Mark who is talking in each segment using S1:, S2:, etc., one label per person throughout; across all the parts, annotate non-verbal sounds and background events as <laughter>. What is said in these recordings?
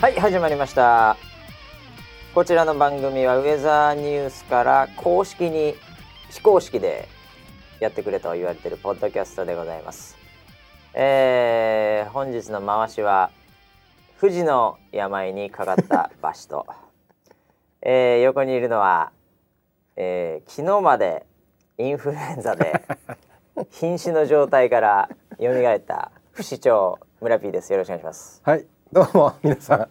S1: はい始まりましたこちらの番組はウェザーニュースから公式に非公式でやってくれと言われているポッドキャストでございますえー、本日の回しは富士の病にかかったバシと、 <laughs> えー、横にいるのは、えー、昨日までインフルエンザで瀕死の状態から蘇った不死鳥村 P ですよろしくお願いします
S2: はい、どうも <laughs> 皆さん。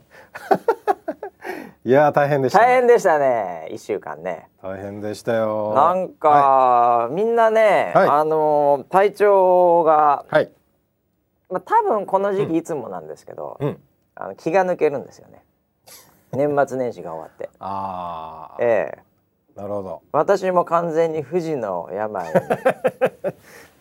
S2: いやー大変でした、
S1: 大
S2: ね。
S1: 変でしたね一週間ね
S2: 大変でしたよ。
S1: なんか、みんなね、
S2: はい
S1: あのー体調が、
S2: はい。
S1: まあ、多分この時期いつもなんですけど、
S2: うん。
S1: あの気が抜けるんですよね年末年始が終わ
S2: <laughs>
S1: って
S2: ああ、
S1: ええ
S2: なるほど。
S1: 私も完全に富士の病に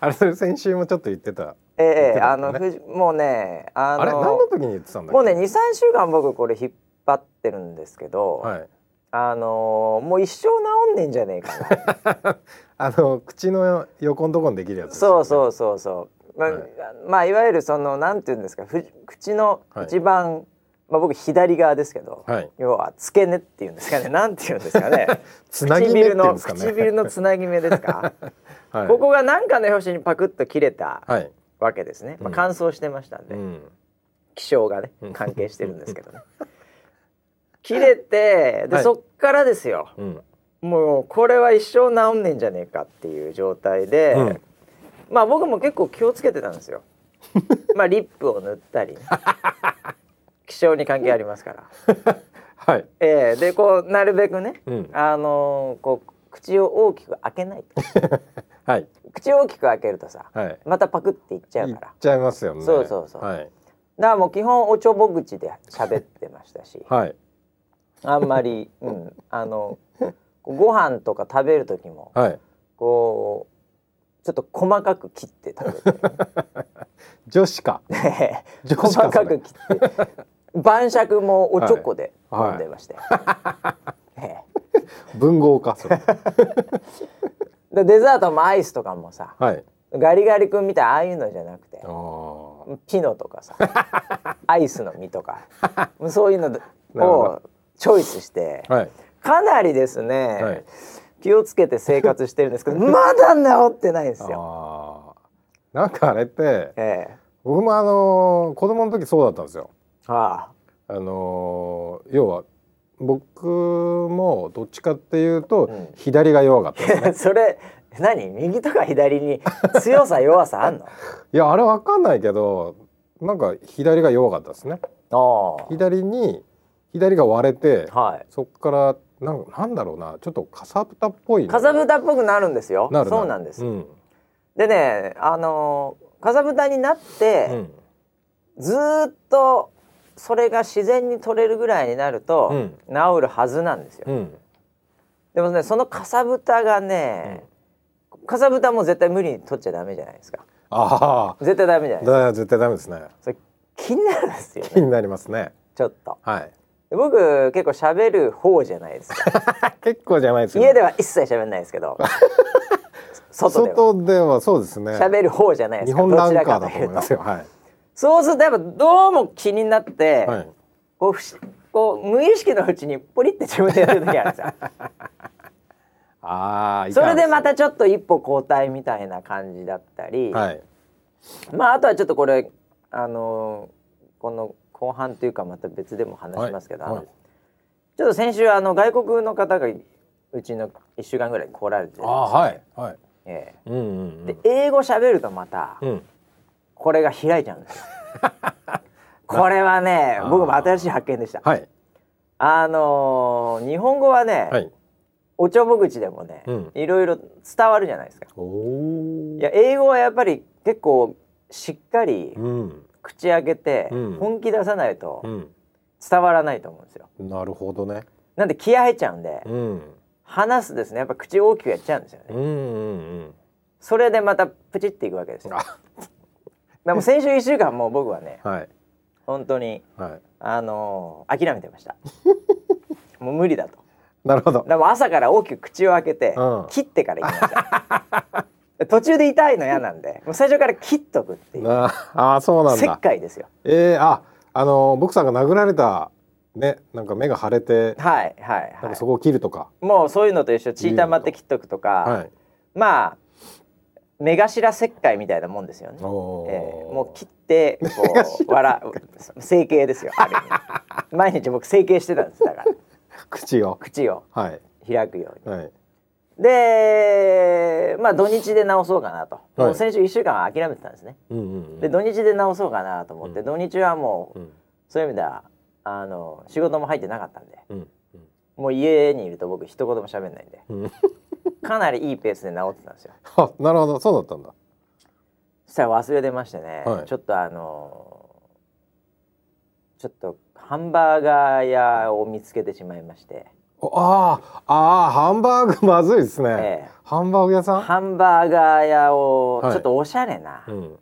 S2: あれそれ先週もちょっと言ってた。
S1: ええ
S2: 言って
S1: あ
S2: た
S1: の
S2: もんね
S1: 富士もうねあ
S2: あ
S1: の
S2: れ何の時に言ってたんだっけ。
S1: もうね23週間僕これ引っ張ってるんですけど、
S2: はい。
S1: あのーもう一生治んねえんじゃねえかな
S2: あの口の横のとこにできるやつ、。
S1: そうそううそうそう、まあ
S2: はい
S1: まあいわゆるそのなんていうんですかふ口の一番、まあ僕左側ですけど、
S2: はい。
S1: 要は付け根っていうんですかね <laughs> なんていうんですかね
S2: <laughs> つなぎ目っていうんですかね。
S1: 唇の唇のつなぎ目ですか
S2: はい。
S1: ここが何かの拍子にパクッと切れた
S2: はい。
S1: わけですね、まあ、
S2: うん
S1: 乾燥してましたんで、
S2: うん。
S1: 気象がね
S2: うん
S1: 関係してるんですけどね切れてで、
S2: はい
S1: そっからですよ
S2: うん。
S1: もうこれは一生治んねえんじゃねえかっていう状態で、
S2: うん
S1: まあ僕も結構気をつけてたん
S2: <laughs>
S1: ですよまあリップを塗ったり気象に関係ありますから、
S2: はい。
S1: ええでこうなるべくね、
S2: うん
S1: あのーこう口を大きく開けないと
S2: はい。
S1: 口を大きく開けるとさ
S2: はい。
S1: またパクっていっちゃう
S2: いっ
S1: から
S2: ちゃいますよね。
S1: そうそうそう
S2: はい。
S1: だからもう基本おちょぼ口で喋ってましたし
S2: はい。
S1: あんまり、うん、あのこうご飯とか食べる時も
S2: はい。
S1: こうちょっと細かく切って食べて
S2: 女子か。
S1: ね
S2: 女子
S1: 細
S2: か
S1: か
S2: そ
S1: く
S2: れ。
S1: 切って <laughs> 晩酌もおちょこで飲んでまして、 <laughs> ね
S2: 文豪か
S1: <laughs>
S2: それ。
S1: でデザートもアイスとかもさ
S2: はい。
S1: ガリガリ君みたいなああいうのじゃなくて
S2: ああ。
S1: ピノとか
S2: <laughs>
S1: さアイスの実とかもうそういうの
S2: なるほ
S1: をチョイスして
S2: はい。
S1: かなりですね、
S2: はい。
S1: 気をつけて生活してるんですけ
S2: <laughs>
S1: どまだ治ってないんですよ。
S2: ああ。なんかあれって、
S1: ええ
S2: 僕もあのー子供の時そうだったんですよ。
S1: あ
S2: あのー要は僕もどっちかっていうと、
S1: うん
S2: 左が弱かった。い
S1: あ <laughs> それ何右とか左に強さ弱さあ
S2: <laughs>
S1: んの
S2: やあれわかんないけど、なんか左が弱かったですね。
S1: あ
S2: 左に左が割れて、
S1: あはい
S2: そこからなんなんだろうな、ちょっとかさぶたっぽいのが。
S1: かさぶたっぽくなるんですよ
S2: なる
S1: そうなんです、
S2: うん。
S1: でねあのーかさぶたになっ
S2: う
S1: て、
S2: ん。
S1: ずーっとそれが自然に取れるぐらいになると、
S2: うん
S1: 治るはずなんですよ、
S2: うん。
S1: でもねそのかさぶたがね、かさぶたも絶対無理に取っちゃダメじゃないですか
S2: あ
S1: 絶対ダメじゃな
S2: あ。
S1: いですか
S2: だ絶対ダメですね。
S1: それ気になるんですよ
S2: 気
S1: ね
S2: になりますね。
S1: ちょっと
S2: はい。
S1: で僕結構喋る方じゃないです
S2: <laughs>
S1: か
S2: 結構じゃないですよね
S1: 家では一切喋んないですけ
S2: <laughs>
S1: ど外では
S2: 外ではそうですね
S1: 喋る方じゃないです
S2: 日
S1: か
S2: 本ランカー
S1: どちらか
S2: だと
S1: い
S2: 思
S1: う
S2: いますよはい、
S1: そうするとやっぱどうも気になって、
S2: はい、
S1: こうふしこう無意識のうちにポリって自分でやる時
S2: <laughs>
S1: あるんですよ
S2: ああ
S1: それでまたちょっと一歩後退みたいな感じだったり、
S2: はい
S1: まああとはちょっとこれあのーこの後半というかまた別でも話しますけど、
S2: はい
S1: あの
S2: はい
S1: ちょっと先週あの外国の方がうちの1週間ぐらい来られて
S2: あ、あはいはい
S1: え
S2: うんうん
S1: えで英語喋るとまた
S2: うんうん
S1: これが開いちゃうんです
S2: <laughs>
S1: よこれはね
S2: あー
S1: 僕も新しい発見でした
S2: はい
S1: あのー日本語はね、
S2: はい
S1: おちょぼ口でもね、
S2: うん
S1: いろいろ伝わるじゃないですか。
S2: おお
S1: いや英語はやっぱり結構しっかり
S2: うん
S1: 口開けて
S2: うん
S1: 本気出さないと
S2: うん
S1: 伝わらないと思うんですよ。
S2: なるほどね
S1: なんで気合入っちゃうんで
S2: うん
S1: 話すですねやっぱ口大きくやっちゃうんですよ
S2: う
S1: ね。
S2: んうんうん
S1: それでまたプチっていくわけですよ。
S2: あ
S1: でも先週1週間もう僕はね
S2: はい
S1: 本当に
S2: はい
S1: あのー諦めてま
S2: <laughs>
S1: した。もう無理だと。
S2: なるほど
S1: でも朝から大きく口を開けて、
S2: うん
S1: 切ってから行きました。途中で痛いの嫌なんで、もう最初から切っとくっていう。
S2: ああそうなん
S1: 切
S2: だ
S1: 開ですよ。
S2: えー、ああのー僕さんが殴られたねなんか目が腫れて
S1: はいはい
S2: なん
S1: は
S2: かそ
S1: い
S2: こを切るとか、
S1: もうそういうのと一緒チーターまって切っとくとか、
S2: はい、
S1: まあ目頭切開みたいなもんですよね、え
S2: おー
S1: えもう切ってこう笑う整形ですよある
S2: <laughs>
S1: 意味毎日僕整形してたんですだから
S2: 口を
S1: 口を
S2: はい
S1: 開くように
S2: はい
S1: でまあ土日で直そうかなと、
S2: はい
S1: もう先週1週間は諦めてたんですね
S2: うんうんうん
S1: で土日で直そうかなと思って、
S2: うん
S1: 土日はもう
S2: うん
S1: そういう意味ではあの仕事も入ってなかったんで
S2: うん
S1: もう家にいると僕一言も喋んないんで
S2: うんうん
S1: かなりいいペースで治ってたんですよ
S2: あなるほどそうだったんだ <laughs>
S1: そしたら忘れてましてね、
S2: はい
S1: ちょっとあのちょっとハンバーガー屋を見つけてしまいまして、
S2: おあーあーハンバーグまずいですね、
S1: ええ
S2: ハンバーグ屋さ
S1: ハンバーガー屋を、
S2: はい
S1: ちょっとおしゃれな、
S2: んうん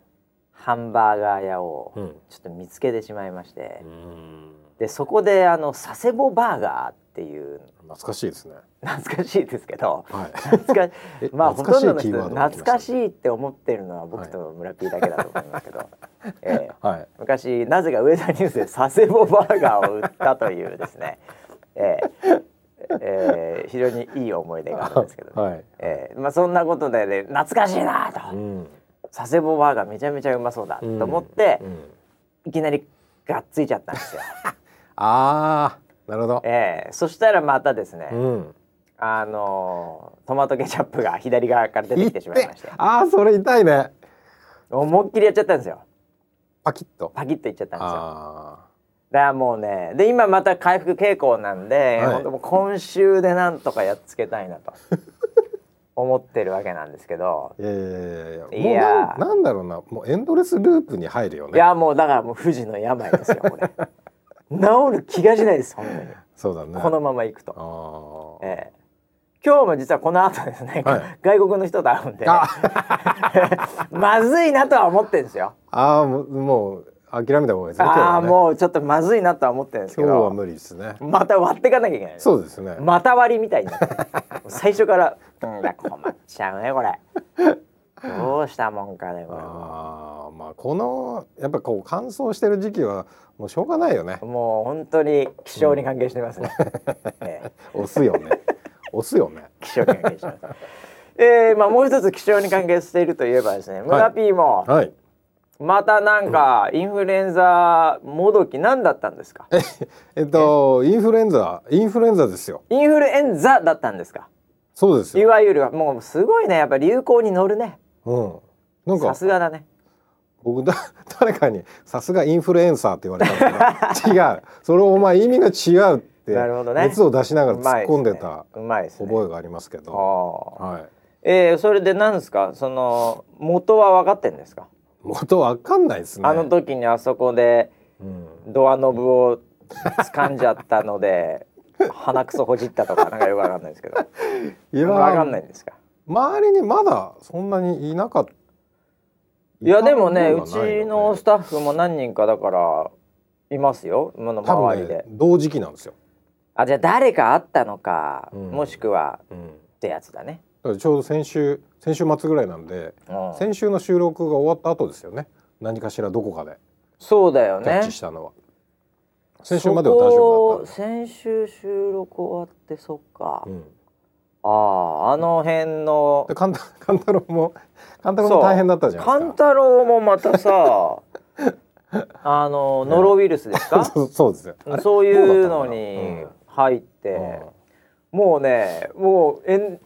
S1: ハンバーガー屋を
S2: うん
S1: ちょっと見つけてしまいまして、
S2: うん
S1: でそこであの佐世保バーガーっていう
S2: 懐かしいですね
S1: 懐かしいですけど
S2: はい
S1: <laughs> 懐か
S2: え
S1: まあほとんどの
S2: キ
S1: 人
S2: ーワードが
S1: 懐
S2: 来ました
S1: かしいって思ってるのは僕と村 P だけだと思いますけど、
S2: <laughs>
S1: ええ
S2: はい
S1: 昔なぜか上田ニュースで <laughs> 佐世保バーガーを売ったというですね、ええええ非常にいい思い出があるんですけど、
S2: <laughs> はい
S1: ええまあ、そんなことで、ね、懐かしいな
S2: う
S1: と
S2: ん
S1: 佐世保バーガーめちゃめちゃうまそうだと思って、
S2: うん
S1: いきなりがっついちゃったんですよ。 <laughs>
S2: ああなるほど
S1: ええそしたらまたですね、
S2: うん
S1: あのートマトケチャップが左側から出てきてしまいまして
S2: 痛ああそれ痛いね
S1: 思いっきりやっちゃったんですよ
S2: パキッと
S1: パキッといっちゃったんですよだか
S2: あ
S1: らもうねで今また回復傾向なんで、
S2: はい
S1: 本当もう今週でなんとかやっつけたいな
S2: <laughs>
S1: と思ってるわけなんですけど
S2: あいやいやいやいやもう
S1: いやー
S2: なんなんだろうなもうエンドレスループに入るよ
S1: い
S2: ね
S1: やもうだからもう富士の病ですよこれ治る気がしないです本当に
S2: そうだね
S1: このままいくと、
S2: あ
S1: ええ今日も実はこの後ですね、
S2: はい
S1: 外国の人と会うんで
S2: ーあ
S1: <laughs> まずいなとは思ってるんですよ
S2: あーもうもう諦めた方がいいですね今日
S1: ああ
S2: は
S1: ー
S2: ね
S1: もうちょっとまずいなとは思ってるんですけ
S2: 今日は
S1: ど
S2: 無理ですね
S1: また割っていかなきゃいけない
S2: そうですね
S1: また割りみたいになってる最初からうん困っちゃうねこれどうしたもんかねこ
S2: ああまあこのやっぱこう乾燥してる時期はもうしょうがないよね
S1: れもう本当に気象に関係してますね、 <laughs> ええ
S2: 押す
S1: <laughs>
S2: よね押すよね
S1: 気象に関係してますえーまあもう一つ気象に関係しているといえばですね村 P も
S2: はい
S1: またなんかインフルエンザもどき何だったんですか
S2: えっとインフルエンザインフルエンザですよ
S1: インフルエンザだったんですか
S2: そうです
S1: い
S2: よ
S1: わゆるもうすごいねやっぱ流行に乗るね
S2: うんなん
S1: さ
S2: か
S1: すがだね
S2: 僕だ <laughs> 誰かにさすがインフルエンサーって言われたん
S1: <laughs>
S2: ですけど違うそれをお前意味が違うって
S1: なるほどね
S2: 熱を出しながら
S1: う
S2: 突
S1: ま
S2: っ
S1: い
S2: 込んでた
S1: うまいですね
S2: 覚えがありますけど
S1: ああ
S2: はい
S1: えー、それでなんですかその元は分かってんですか、
S2: 元わかんないですね
S1: あの時にあそこで
S2: うん
S1: ドアノブを掴んじゃったので <laughs> 鼻くそほじったとかなんかよく分かんないですけど
S2: いやー
S1: 分かんないんですか
S2: 周りにまだそんなにいなかった
S1: いやでもね
S2: いた
S1: う
S2: こ
S1: ち
S2: とがないよね
S1: のスタッフも何人かだからいますよ今の
S2: 多
S1: 周
S2: 分
S1: りで、
S2: ね同時期なんですよ、
S1: あじゃあ誰かあったのか、
S2: うん
S1: もしくは
S2: うん、だ
S1: ってやつだね、
S2: からちょうど先週先週末ぐらいなんで
S1: うん
S2: 先週の収録が終わった後ですよね何かしらどこかで
S1: そうだよ
S2: キャッ
S1: ね
S2: チしたのは、先週までは大丈夫だっ
S1: そこ先週収録終わってそっか、
S2: たんで、うん、
S1: あああの辺の
S2: でカンタカンタロウもカンタロウも大変だったじゃない
S1: カ
S2: で
S1: ン
S2: すか
S1: タロウもまた
S2: <laughs>
S1: さあのノロウイルスですか、
S2: そうそうですよあれ
S1: そういうの
S2: どうだ
S1: に
S2: ったか
S1: 入って、
S2: なうん
S1: もうねもう、N、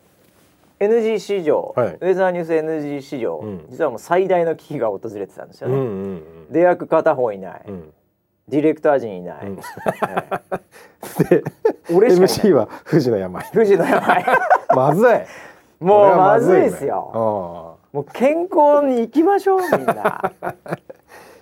S1: NG 史上、
S2: はい
S1: ウェザーニュース NG 史上、
S2: うん
S1: 実はもう最大の危機が訪れてたんですよ
S2: う
S1: ね、
S2: んうんうん
S1: 出役片方いない、
S2: うん
S1: ディレクター陣いない、
S2: うん
S1: は
S2: で
S1: い俺しかいない
S2: MC は富士の病
S1: 富士のや
S2: <laughs>
S1: ばい
S2: まずいこ
S1: も
S2: れ
S1: う
S2: は
S1: まずいですよ、
S2: よ、
S1: もう健康に行きましょうみん
S2: <laughs>
S1: な
S2: うん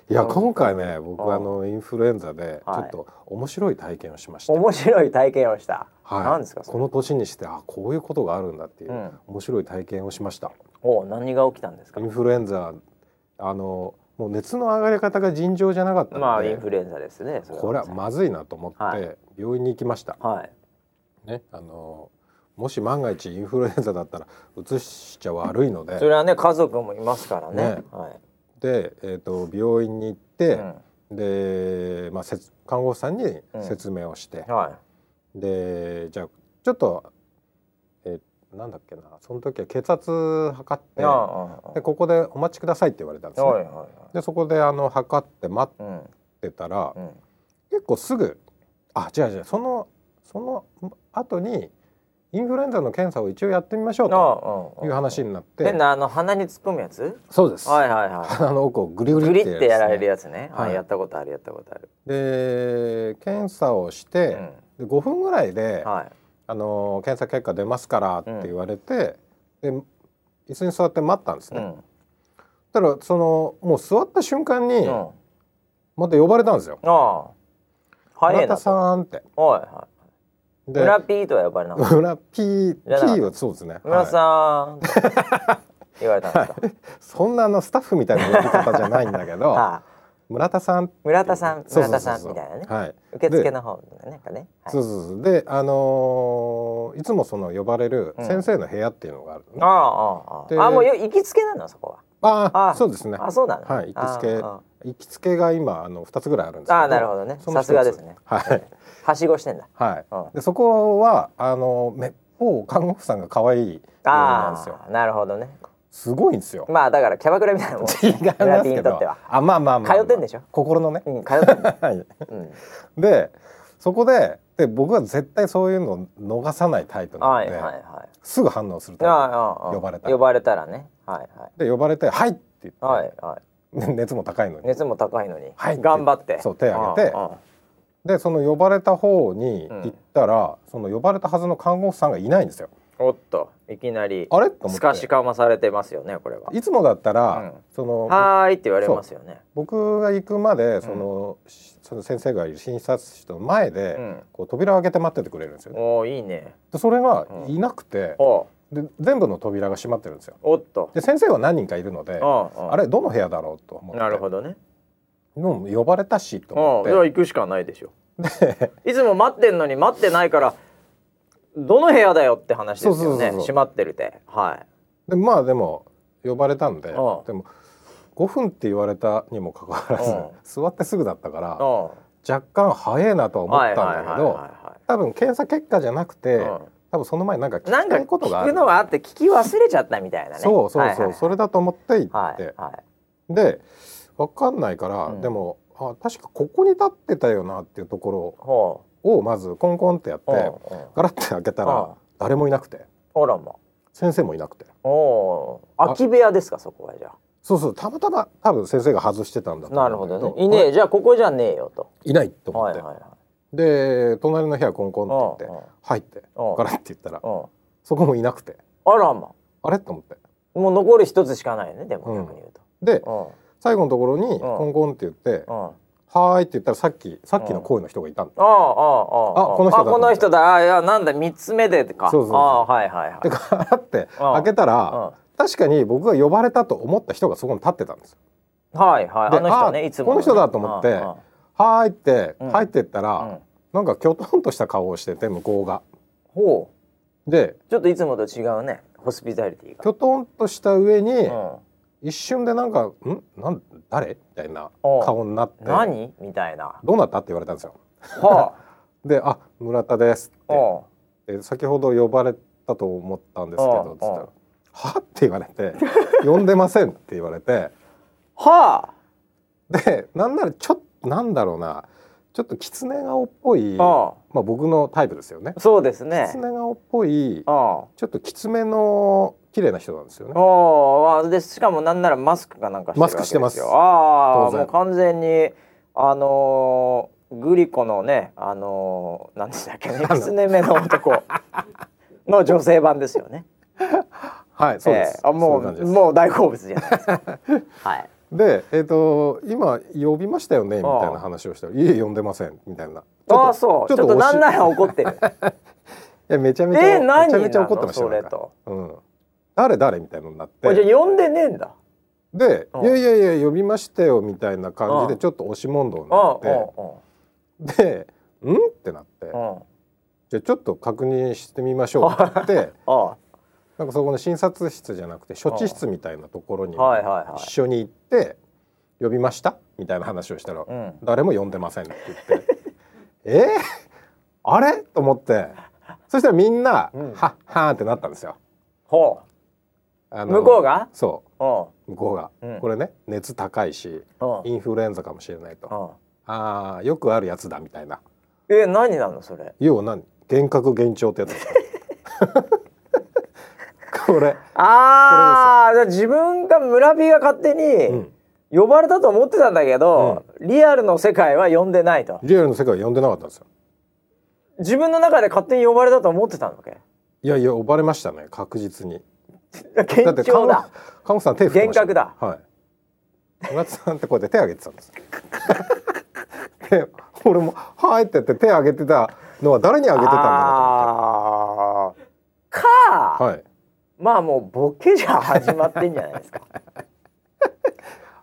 S2: いや今回ね僕
S1: うん
S2: あのインフルエンザでちょ
S1: はい
S2: っと面白い体験をしました、
S1: 面白い体験をした、
S2: はい、
S1: 何ですかそ
S2: こ
S1: れ
S2: の年にしてあこういうことがあるんだっていう、
S1: うん
S2: 面白い体験をしました
S1: おう何が起きたんですか
S2: インフルエンザあのもう熱の上がり方が尋常じゃなかったので、
S1: まあインフルエンザですね。そ
S2: これはまずいなと思って
S1: はい
S2: 病院に行きました、
S1: はい。
S2: ねあのもし万が一インフルエンザだったら移しちゃ悪いの
S1: それ
S2: で
S1: はね家族もいますからね。
S2: ね
S1: は
S2: で、えー、と病院に行って、
S1: い。うん
S2: で、まあ、せつ看護婦さんに説明をして、
S1: は
S2: でじゃあちょっとえなんだっけなその時は血圧測っ
S1: い。
S2: て
S1: ああああ
S2: でここでお待ちくださいって言われたんですね。
S1: はいはいは
S2: でそこであの測って待
S1: い。うん
S2: ってたら、
S1: うん。
S2: 結構すぐあ違う違うそのその後にインフルエンザの検査を一応やってみましょう
S1: あ
S2: と
S1: あああ
S2: いう話になって
S1: 変なあの鼻に突っ込むやつ？
S2: そうです、
S1: はいはいは
S2: 鼻の奥をグリグ
S1: い。グリ
S2: リって
S1: ってやられる
S2: や
S1: やつね。は、
S2: はいい
S1: やったことあるやったことある。
S2: つねで検査をして、で5分ぐらいで、
S1: うん。はい。
S2: あの検査結果出ますからって言われて、で椅子に座って待ったんです
S1: う
S2: ね、
S1: ん。
S2: たらそのもう座った瞬間に
S1: うん。
S2: また呼ばれたんですよ
S1: ああ。
S2: 「村
S1: 早い
S2: 田
S1: な。
S2: さん」って。
S1: はいは
S2: で
S1: い。裏ピーとは呼ばれなかっ
S2: <laughs>
S1: た。
S2: 村 P, P
S1: じゃなかった
S2: はそうですね
S1: 村
S2: はい
S1: さん。言われたんですか。
S2: そんなあのスタッフみたいな呼び方じゃないんだけど、
S1: <laughs> は
S2: 村田さん
S1: い。村田さん、
S2: そう
S1: 村
S2: そう
S1: 田さん
S2: そうそう
S1: みたいなね。
S2: はい、
S1: 受付の方のねなんかね。はい
S2: そうそうそうであのーいつもその呼ばれる
S1: うん
S2: 先生の部屋っていうのがあるのね、
S1: あああ
S2: で
S1: あああもうよ行きつけなのそこ
S2: ああ
S1: あ
S2: そうですね
S1: は。あそうなの。
S2: はい行きつけ
S1: ああ
S2: 行きつけが今あの二つぐらいあるんですけど
S1: ああなるほどね。
S2: そ
S1: さ
S2: の一つ
S1: すがですね。
S2: はい
S1: はしごしてんだ。
S2: はい、
S1: うん
S2: でそこはあのめっぽう看護婦さんが可愛い病院なんですよ
S1: ああなるほどね。
S2: すごいんですよ、
S1: まあだからキャバクラみたい
S2: <laughs>
S1: なもん。
S2: 違います
S1: 村ピー
S2: け
S1: にと
S2: ど
S1: っては。
S2: あまあまあまあ、まあ、
S1: 通ってんでしょ
S2: 心のね、 <laughs>
S1: うん通ってんだ。
S2: はい <laughs>
S1: うん。
S2: でそこでで僕は絶対そういうのを逃さないタイプなの
S1: はい
S2: で、
S1: はいはい。
S2: すぐ反応する
S1: ああ
S2: タイ
S1: ああああ
S2: 呼ばれたら
S1: 呼ばれたらね。はいはい。
S2: プで呼ばれて「はい!」って言って、
S1: はいはい。
S2: ね熱も高いのに
S1: 熱も高いのに、
S2: はい
S1: 頑張って
S2: そう手挙げて
S1: あああ
S2: でその呼ばれた方に行ったら、その呼ばれたはずの看護婦さんがいないんですよ。
S1: あおっといきなり
S2: あれと思
S1: す
S2: っ
S1: かしてかまされてますよねこれはい
S2: つもだったら、
S1: うん
S2: その
S1: はーいって言われますよね
S2: 僕が行くまでその,、その先生がいる診察室の前で、
S1: うん
S2: こう扉を開けて待っててくれるんですよね。
S1: おおいいね
S2: でそれがいなくて、
S1: お
S2: で全部の扉が閉まってるんですよ。
S1: おっと
S2: で先生は何人かいるので、
S1: ああ
S2: あれどの部屋だろうと思って
S1: なるほどね
S2: もう呼ばれたしと
S1: あ
S2: 思
S1: あじゃあ
S2: って
S1: 行くしかないでし
S2: <laughs>
S1: ょいつも待ってんのに待ってないからどの部屋だよって話です
S2: そうそ
S1: よ
S2: うそ
S1: ね
S2: うそう
S1: 閉まってるってはい
S2: でまあでも呼ばれたんでで
S1: ああ
S2: も5分って言われたにもかかわらず
S1: ああ
S2: 座ってすぐだったか
S1: あ
S2: ら
S1: あ
S2: 若干早いなとは思っ
S1: はいはい
S2: たんだけど
S1: は
S2: 多分検査結果じゃなくて
S1: ああ
S2: 多分その前なんか聞
S1: いはいなん
S2: き
S1: か
S2: たいことがあ
S1: 聞く
S2: る
S1: のがあって聞き忘れちゃったみたいなね
S2: そうそう
S1: はい
S2: そ
S1: は
S2: う
S1: い
S2: それだと思って行っ
S1: はい
S2: て
S1: はい
S2: で分かんないから
S1: うん
S2: でもあ確かここに立ってたよなっていうところ
S1: ほ
S2: をまずコンコンってやっ
S1: う
S2: て
S1: ほうほう
S2: ガラッて開けた
S1: ああ
S2: ら誰もいなくて
S1: あらま
S2: 先生もいなくて。
S1: おおー空き部屋ですかそこはじゃ
S2: そうそうたまたま多分先生が外してたんだ
S1: あ
S2: と
S1: なる
S2: 思う
S1: ほ
S2: んだけ
S1: どねいねえじゃあここじゃねえよと
S2: いないと思
S1: は
S2: っ
S1: い
S2: て、
S1: はいはい
S2: で隣の部屋コンコンって言って
S1: あああ
S2: 入って
S1: あ
S2: ガラッて言ったら
S1: あうん
S2: そこもいなくて
S1: あらま
S2: あれと思って
S1: もう残る一つしかないねでも
S2: うん
S1: 逆に言う
S2: で
S1: と
S2: 最後のところに
S1: ああ
S2: コンコンって言って
S1: うんうん
S2: 「はーい」って言ったらさっきさっきの声の人がいたんだ
S1: あああああ
S2: あこの人だ
S1: あこの人だあいやなんだ三つ目でか
S2: そうそうそう
S1: あはいはいはい
S2: でガラッて
S1: ああ
S2: 開けた
S1: あ
S2: ら確かに僕が呼ばれたと思った人がそこに立ってたんです
S1: はいはい
S2: で
S1: あの人
S2: あ
S1: ねいつもね
S2: この人だと思って
S1: あ
S2: 「はーい」って
S1: うん
S2: 入ってった
S1: あ
S2: ら、
S1: うん
S2: なんかきょとんとした顔をしてて向こうが。
S1: ほ
S2: で
S1: うちょっといつもと違うねホスピタリティが
S2: きょとんとした上に、
S1: うん
S2: 一瞬でなんか「んなん誰?」みたいな
S1: おう
S2: 顔になって
S1: 何みたいな
S2: どうなった?」って言われたんですよ。
S1: は
S2: で「あ村田 <laughs> です」
S1: あ
S2: っ
S1: うん
S2: てで先ほど呼ばれたと思ったんですけ
S1: おう
S2: ど」つった
S1: おう
S2: ら「は?」って言われて <laughs> 「呼んでません」って言われて
S1: はあ
S2: でなんならちょっとなんだろうなちょっと狐顔っぽい
S1: あ
S2: まあ、僕のタイプですよね。
S1: そうですね。
S2: 狐顔っぽい
S1: あ
S2: ちょっときつめの綺麗な人なんですよ
S1: あ、
S2: ね。
S1: ああ、でしかもなんならマスクかなんかしてるわけですよ。
S2: マスクしてます
S1: ああ、
S2: 当然
S1: もう完全にあのーグリコのね、あのー、なんでした
S2: <laughs>
S1: っけね、狐目の男の女性版ですよね。
S2: はい <laughs> そうです。
S1: ええあも
S2: そい感じ
S1: う
S2: です
S1: もう大好物じゃないですか。
S2: <laughs>
S1: はい。
S2: で、えっ、と今呼びましたよねみ
S1: ああ
S2: たいな話をしたら「いえ呼んでません」みたいな。
S1: ああ、そう。ちょっと
S2: 惜し
S1: なんなら怒
S2: <laughs>
S1: ってる。
S2: いやめちゃめちゃ、
S1: えー、何
S2: めち
S1: な
S2: ゃ
S1: の
S2: めちゃ怒ってました
S1: そ
S2: よ
S1: れ
S2: なんか
S1: と。
S2: うん。誰誰みたいなのになっ
S1: あじ
S2: て。
S1: ゃあ呼んでねえんだ。
S2: で、
S1: うん
S2: いやいやいや呼びましたよみたいな感じ
S1: う
S2: で
S1: ん
S2: ちょっと押し問答に
S1: うんうん
S2: なって、で、うんってなって、
S1: うんうん。
S2: じゃあちょっと確認してみましょうって言って、
S1: あ
S2: なんかそこの診察室じゃなくて処置室みたいなところに
S1: はいはいはい
S2: 一緒に行って、呼びましたみたいな話をしたら、
S1: うん
S2: 誰も呼んでませんって言って
S1: <laughs>
S2: えー、あれと思ってそしたらみんな、
S1: うん
S2: はっはーんってなったんですよ。
S1: ほ
S2: あ
S1: う
S2: の
S1: 向こうが
S2: そ
S1: お
S2: う向こうが、
S1: うん
S2: これね熱高いし
S1: うおう
S2: インフルエンザかもしれないと、あ
S1: おう
S2: あーよくあるやつだみたいな
S1: え何なのそれ
S2: 要は何幻覚幻聴ってやつです
S1: <laughs>
S2: かこれ、
S1: ああ自分が村人が勝手
S2: う
S1: に
S2: ん、
S1: 呼ばれたと思ってたんだけど、リアルの世界は呼んでないと
S2: リアルの世界は呼んでなかったんですよ
S1: 自分の中で勝手に呼ばれたと思ってたのけ
S2: いやいや呼ばれましたね確実にだって
S1: 緊張だ
S2: 看護さん手振ってましたよ
S1: 幻
S2: はい村田さんってこうやって手挙げてたんです
S1: <laughs>
S2: で俺も「はい」ってやって手挙げてたのは誰に挙げてたんだろ
S1: あーか、
S2: うと思ってはい
S1: まあもうボケじゃ始まってんじゃないです
S2: <laughs>
S1: か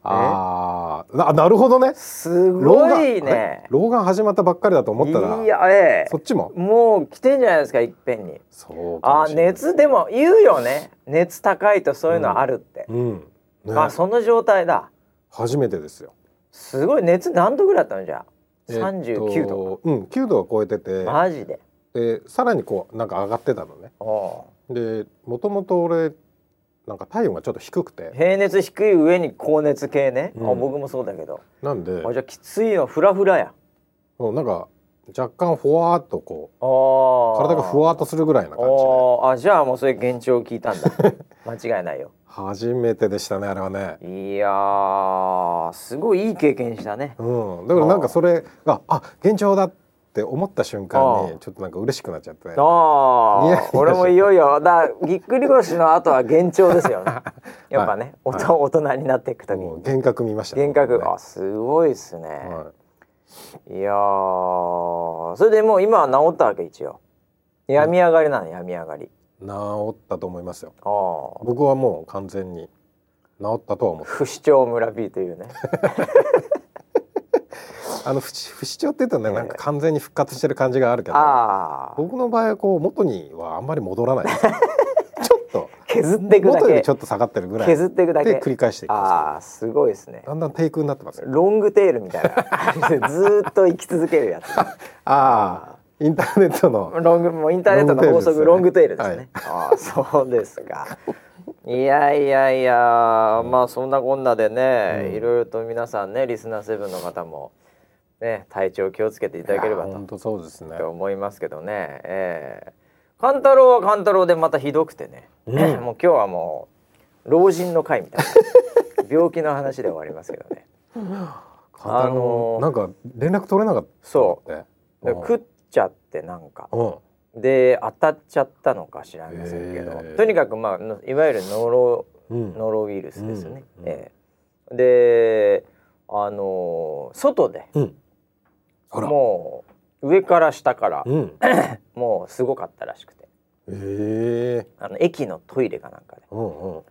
S2: あーななるほどね
S1: すごい
S2: あれ
S1: ね
S2: 老眼始まったばっかりだと思ったら
S1: いやえ
S2: そっちも
S1: えもう来てんじゃないですかいっぺんに
S2: そうか
S1: あ
S2: もしれない
S1: 熱でも言うよね熱高いとそういうのあるって、
S2: うんね
S1: あその状態だ
S2: 初めてですよ
S1: すごい熱何度ぐらいだったのじゃあ
S2: えっ
S1: 39度、
S2: とうん9度は超えてて
S1: マジで
S2: でさらにこうなんか上がってたのね
S1: お
S2: でもともと俺なんか体温がちょっと低く
S1: う
S2: て
S1: 平熱低い上に高熱系ね、
S2: うん
S1: あ僕もそうだけど、
S2: なんで
S1: あじゃあきついのフラフラや
S2: うんなんか若干ふわーっとこう
S1: あー
S2: 体がふわーっとするぐらいな感じで
S1: おーあじゃあもうそれ現状を聞いたんだ <laughs> 間違いないよ
S2: 初めてでしたねあれはね
S1: いやーすごいいい経験したね
S2: うんだからなんかそれがあ幻聴だって思った瞬間
S1: あー
S2: にちょっとなんか嬉しくなっちゃって
S1: ああ
S2: ニヤニヤしちゃった
S1: 俺もいよいよだぎっくり腰の後は幻聴です
S2: <laughs>
S1: よねやっぱね、
S2: はい
S1: 大人大人になっていくとき
S2: もう幻覚見ましたね
S1: 幻覚
S2: 僕ね
S1: あすごいっすね、、
S2: はい
S1: やーそれでもう今は治ったわけ一応病み上がりなの病み上がり
S2: い治ったと思いますよ
S1: ああ
S2: 僕はもう完全に治ったと
S1: <laughs>
S2: は思って
S1: 不死鳥村 B というね
S2: あの不死不死鳥って言ったらねなんか完全に復活してる感じがあるけど
S1: ああ
S2: 僕の場合はこう元にはあんまり戻らない
S1: <laughs>
S2: ですちょっと
S1: 削っていくだ
S2: 元より
S1: け
S2: ちょっと下がってるぐらい
S1: 削っていくだけ
S2: で繰り返していきま
S1: ああすごいですね
S2: すだんだん低空になってますよ
S1: ロングテールみたいな <laughs> 感じでずーっと生き続けるやつ
S2: ああインターネットの
S1: ロングもうインターネットの法則ロ
S2: ロ
S1: ン
S2: ン
S1: グ
S2: グ
S1: テ
S2: テ
S1: ー
S2: ー
S1: ル
S2: ル
S1: で
S2: ですす
S1: ねあ
S2: ね。
S1: あそうですか。いやいやいや、まあそんなこんなでね、
S2: うん
S1: いろいろと皆さんねリスナーセブンの方もね体調気をつけていただければ
S2: 本当そうですね
S1: と思いますけどね。ええカンタロウはカンタロウでまたひどくてね、
S2: うん
S1: <laughs> もう今日はもう老人の会みたいな病気の話で終わりますけどね。
S2: 簡単に
S1: あのー
S2: なんか連絡取れなかった
S1: そう
S2: ね <laughs>
S1: だから食っちゃってなんか。
S2: うん
S1: で当たっちゃったのか知らませんけど、
S2: へえ
S1: とにかく、まあ、のいわゆるノロ
S2: うん
S1: ノロウイルスですね。
S2: うん
S1: ええであのー外で
S2: うんあら
S1: もう上から下から
S2: うん
S1: もうすごかったらしくて
S2: ええ
S1: あの駅のトイレかなんかで。
S2: うんうん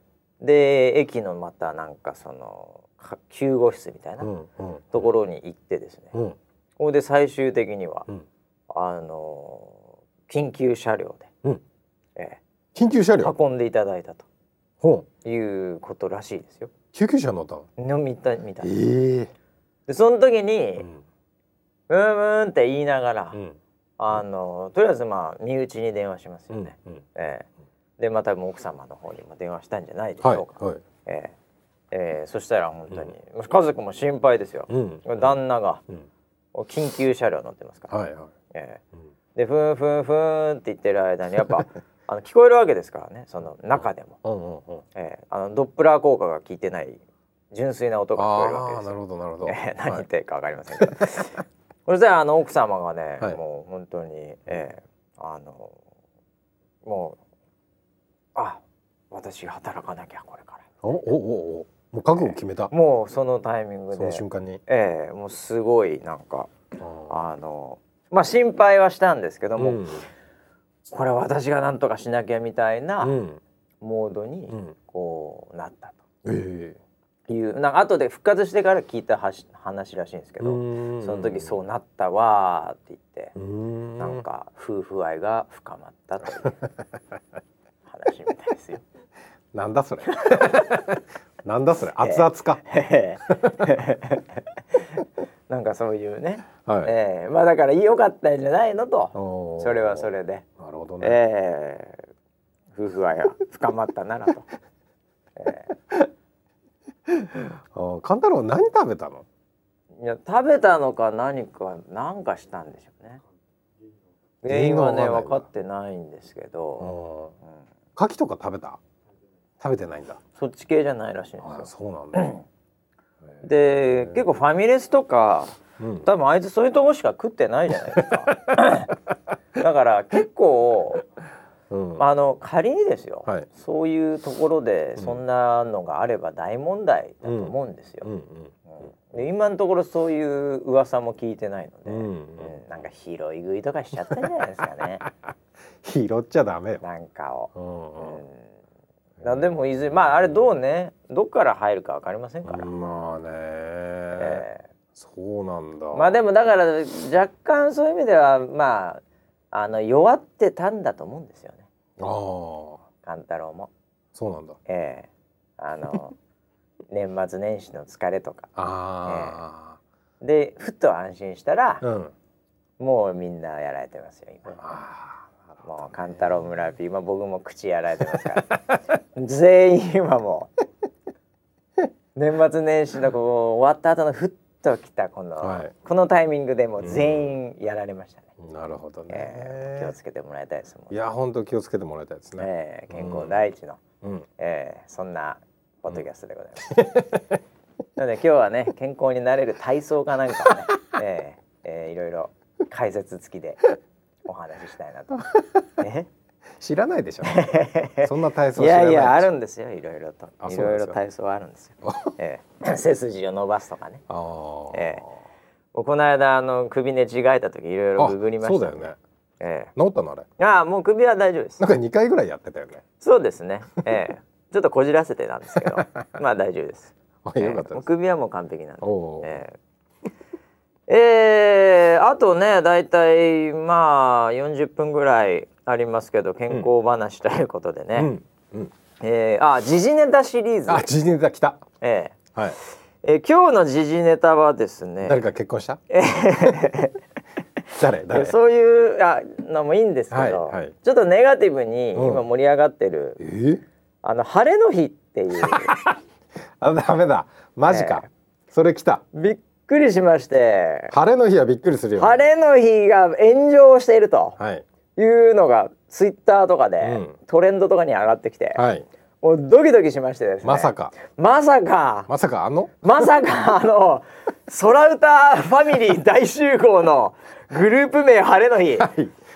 S1: で駅のまたなんかそのか救護室みたいな
S2: うんうん
S1: ところに行ってですね、
S2: うん
S1: ここで最終的には、
S2: うん
S1: あのー緊急車両で、
S2: うん
S1: え
S2: 緊急車
S1: え
S2: 両
S1: 運んでいただいたと。
S2: ほう
S1: いうことらしいですよ。
S2: 救急車乗ったの
S1: のみたみたいな。
S2: え
S1: でその時に
S2: え
S1: 「
S2: うん
S1: うーんうん」って言いながら、
S2: うん
S1: あのとりあえずまあ身内に電話します
S2: う
S1: よ
S2: ん
S1: ね。
S2: うん
S1: ええでまたもう奥様の方にも電話したんじゃないでし
S2: はい
S1: ょうか。
S2: はい
S1: ええええそしたら本当に、家族も心配ですよ。
S2: うん
S1: 旦那が
S2: うん
S1: 緊急車両乗ってますから。
S2: はいはい
S1: ええ
S2: うん
S1: でふんふんふんって言ってる間にやっ
S2: <laughs>
S1: ぱあの聞こえるわけですからねその中でも、
S2: うんうんうん
S1: ええあのドップラー効果が効いてない純粋な音が聞こえるわけ
S2: あ
S1: で
S2: ー
S1: すよ
S2: なるほどなるほど、
S1: えー何
S2: は
S1: 言っ
S2: い
S1: てるか分かりません
S2: <laughs>
S1: けど、そしたらあの奥様がね、
S2: はい
S1: もう本当に、えーあのもうあ私働かなきゃこれか
S2: おおおおもう覚悟決めた、
S1: らもうそのタイミング
S2: その
S1: で
S2: 瞬間に
S1: えーもうすごいなんか
S2: あ
S1: あのまあ心配はしたんですけど
S2: ー
S1: も、
S2: うん
S1: これは私が何とかしなきゃみたいな
S2: うん
S1: モードに
S2: うん
S1: こうなった
S2: え
S1: というなんか後で復活してから聞いたはし話らしいんですけ
S2: え
S1: ど、その時そう
S2: う
S1: なったわーって言って。
S2: ーん
S1: なんか夫婦愛が深まった
S2: <laughs>
S1: という話みたいですよ。 <laughs>
S2: なんだそれ <laughs> なんだそれ熱々か、
S1: ええなんかそういうね、
S2: はい、
S1: ええまあだから良かったんじゃないのと
S2: おー
S1: それはそれで、
S2: なるほどね、
S1: ええ夫婦愛が深まったなら
S2: <laughs>
S1: と
S2: あー勘太郎何食べたの
S1: いや食べたのか何か何かしたんでしょうね原因はね
S2: 原因が
S1: 分
S2: 分
S1: か
S2: かんないな
S1: ってないんですけど、
S2: 牡
S1: うん
S2: 蠣とか食べた食べてないんだ
S1: そっち系じゃないらしいんです
S2: あ
S1: よ
S2: ーそうなんだ、
S1: で結構ファミレスとか
S2: うん、
S1: 多分あいつそういうとこしか食ってないじゃないです
S2: <laughs>
S1: かだから結構
S2: うん
S1: あの仮にですよ、
S2: はい
S1: そういうところで
S2: うん
S1: そんなのがあれば大問題だと思うんです
S2: う
S1: よ、
S2: ん
S1: うんで今のところそういう噂も聞いてないので、
S2: うんうん
S1: うんなんか拾い食いとかしちゃったんじゃないですか
S2: <laughs>
S1: ね
S2: 拾っちゃダメよ、
S1: なんかを、
S2: うんう
S1: う
S2: ん
S1: んなでもいずれまああれどうねどっから入るかわかりませんから、
S2: まあね、
S1: ええ
S2: そうなんだ、
S1: まあでもだから若干そういう意味ではまああの弱ってたんだと思うんですよね
S2: あー
S1: 勘太郎も。
S2: そうなんだ
S1: ええあの <laughs> 年末年始の疲れとか
S2: あ
S1: でふっと安心したら
S2: あ、、うん
S1: もうみんなやられてますよ今。
S2: ああ
S1: もう勘太郎村ピー今僕も口やられてますから <laughs> 全員今もう年末年始のこう終わった後のふっと来たこの、
S2: はい
S1: このタイミングでもう全員やられましたね。
S2: なるほどね、
S1: ええ気をつけてもらいたいですもん
S2: いや本当気をつけてもらいたいですね、
S1: ええ健康第一の、
S2: うん
S1: ええそんなポッドキャストでございます。
S2: <laughs>
S1: なので今日はね健康になれる体操かなんかをね、
S2: <laughs>
S1: ええええいろいろ解説付きでお話ししたいなと。
S2: <laughs>
S1: ね、
S2: 知らないでし
S1: <laughs>
S2: ょそんな体操
S1: い
S2: 知らな
S1: や
S2: いでしょ
S1: いやあるんですよいろいろと
S2: あ
S1: い
S2: そうな
S1: ろい
S2: んです
S1: ろ
S2: か
S1: 体操はあるんですよ。ええ、背筋を伸ばすとかね。
S2: あー、
S1: ええ僕この間あの首寝違えた時いろいろ
S2: あ
S1: ググりま
S2: そ
S1: し
S2: うだ
S1: た
S2: よ
S1: んで。
S2: ね
S1: ええ
S2: 治ったのあれ
S1: ああもう首は大丈夫です
S2: な。んか二回ぐらいやってたよね
S1: そうですね。ええ、ちょっとこじらせてなんです
S2: <laughs>
S1: けど、まあ大丈夫です。
S2: あよかった
S1: ええも
S2: で
S1: う
S2: す、
S1: 首はもう完璧なんで
S2: お。おー、
S1: ええええあとねだいたいまあ40分ぐらいありますけど健康話ということでね、
S2: うんうん
S1: ええあ時事ネタシリーズ
S2: あ、時事ネタ来た
S1: え
S2: はい
S1: ええ今日の時事ネタはですね
S2: 誰か結
S1: <laughs>
S2: 婚した
S1: ええ
S2: 誰誰
S1: そういうあのもいいんですけど、
S2: はいはい
S1: ちょっとネガティブに
S2: うん
S1: 今盛り上がってる、
S2: えー、
S1: あの晴れの日って
S2: <laughs>
S1: いう
S2: あダメだマジか、それ来た
S1: びっくりしまして
S2: 晴れの日はびっくりするよね、
S1: 晴れの日が炎上していると。
S2: はい
S1: いうのがツイッターとかで、
S2: うん
S1: トレンドとかに上がってきて、
S2: はい
S1: もうドキドキしましてですね
S2: まさか
S1: まさか
S2: まさかあの
S1: まさかあの空歌ファミリー大集合のグループ名晴れの日、
S2: い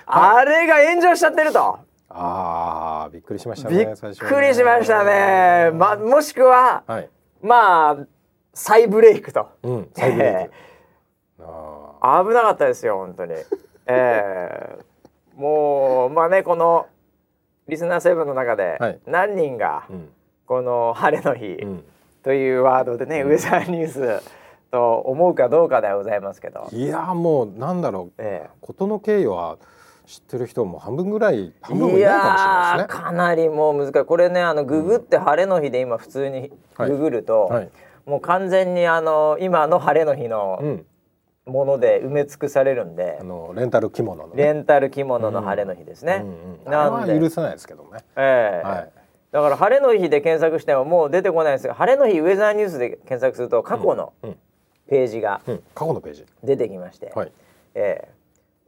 S1: あれが炎上しちゃってると、
S2: あーびっくりしました
S1: びっ
S2: ね最初はね
S1: くりしましたねまもしくは、
S2: はい
S1: まあ再ブレイクと、
S2: うん再ブレイ
S1: え
S2: ク、あ
S1: 危なかったですよ本当にえー、もうまあねこのリスナーセブンの中で
S2: はい
S1: 何人が
S2: ーうん
S1: この「晴れの日
S2: うん」
S1: というワードでね、ウェザーニュースと思うかどうかではございますけど、
S2: いやーもうなんだろう
S1: え
S2: 事の経緯は知ってる人も半分ぐら
S1: え
S2: い半分も
S1: い
S2: いないかもしれない
S1: やー
S2: ですね
S1: かなりもう難しいこれねあのググって「晴れの日」で今普通に
S2: はい
S1: ググると、
S2: はい
S1: もう完全にあの今の晴れの日
S2: う
S1: の
S2: ん
S1: もので埋め尽くされるんで
S2: あ、のレンタル着物のね
S1: レンタル着物の晴れの日ですね。
S2: うんうん、
S1: な
S2: なんん
S1: で
S2: で許せないですけどね
S1: ええ
S2: はい
S1: だから晴れの日で検索してももう出てこないんですが晴れの日ウェザーニュースで検索すると過去の
S2: うん
S1: ページが
S2: うん過去のページ
S1: 出てきまして、
S2: はい
S1: え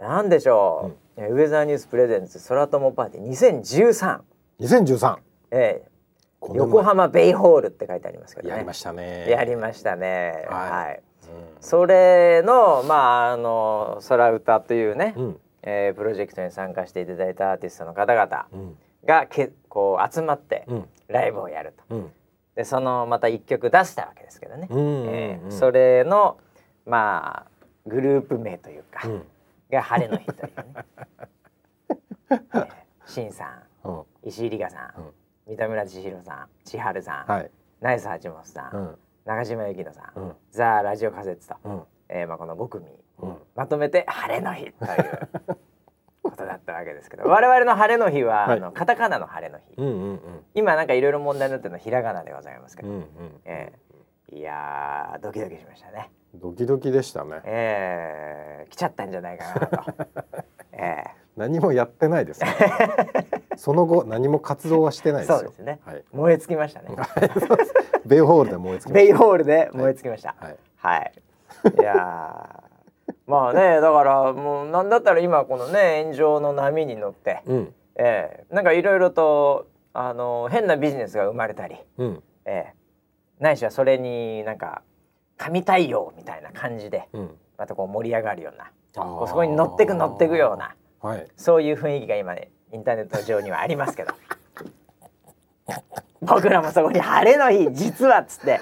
S1: えなんでしょう、えウェザーニュースプレゼンツ空友パーティー2013、
S2: 2013
S1: ええ
S2: この前
S1: 横浜ベイホールって書いてありますけどね
S2: やりましたね
S1: やりましたねは、
S2: はいい
S1: それのまああの空歌というね、
S2: うん
S1: ええプロジェクトに参加していただいたアーティストの方々
S2: うん
S1: がけこう集まって
S2: うん
S1: ライブをやると。
S2: うん
S1: でそのまた一曲出したわけですけどね、
S2: うん
S1: えー
S2: うん
S1: それのまあグループ名というか、
S2: うん
S1: が「晴れの日」というね <laughs> えーしんさん
S2: うん
S1: 石井里香さん、三田村千尋さん千春さん、
S2: はい
S1: ナイス八本さん、
S2: うん
S1: 中島由紀乃さん、
S2: うん
S1: ザ・ラジオ仮説と、
S2: うん
S1: えーまあ、この5組
S2: うん
S1: まとめて「晴れの日」ということだったわけですけど我々の晴れの日は、
S2: はい
S1: あのカタカナの晴れの日、
S2: うんうんうん
S1: 今なんかいろいろ問題になってるのはひらがなでございますけ
S2: う
S1: ど、
S2: んうん
S1: ええいやードキドキしましたね
S2: ドキドキでしたね
S1: ええ来ちゃったんじゃないかなと <laughs> ええ
S2: 何もやってないですね
S1: <laughs>
S2: その後何も活動はしてないですよ
S1: そうですね
S2: はい
S1: 燃え尽きましたね
S2: ベイホールで燃え尽きま
S1: ベイ
S2: し
S1: ホールで燃え尽きました
S2: たはい
S1: はい、いやーまあねだからもうなんだったら今このね炎上の波に乗って、
S2: うん
S1: ええなんかいろいろとあの変なビジネスが生まれたり、
S2: うん
S1: ええないしはそれになんか神対応みたいな感じで
S2: うん
S1: またこう盛り上がるような
S2: あー
S1: こうそこに乗ってく乗ってくような
S2: はい
S1: そういう雰囲気が今ねインターネット上にはありますけど <laughs> 僕らもそこに「晴れの日実は」っつって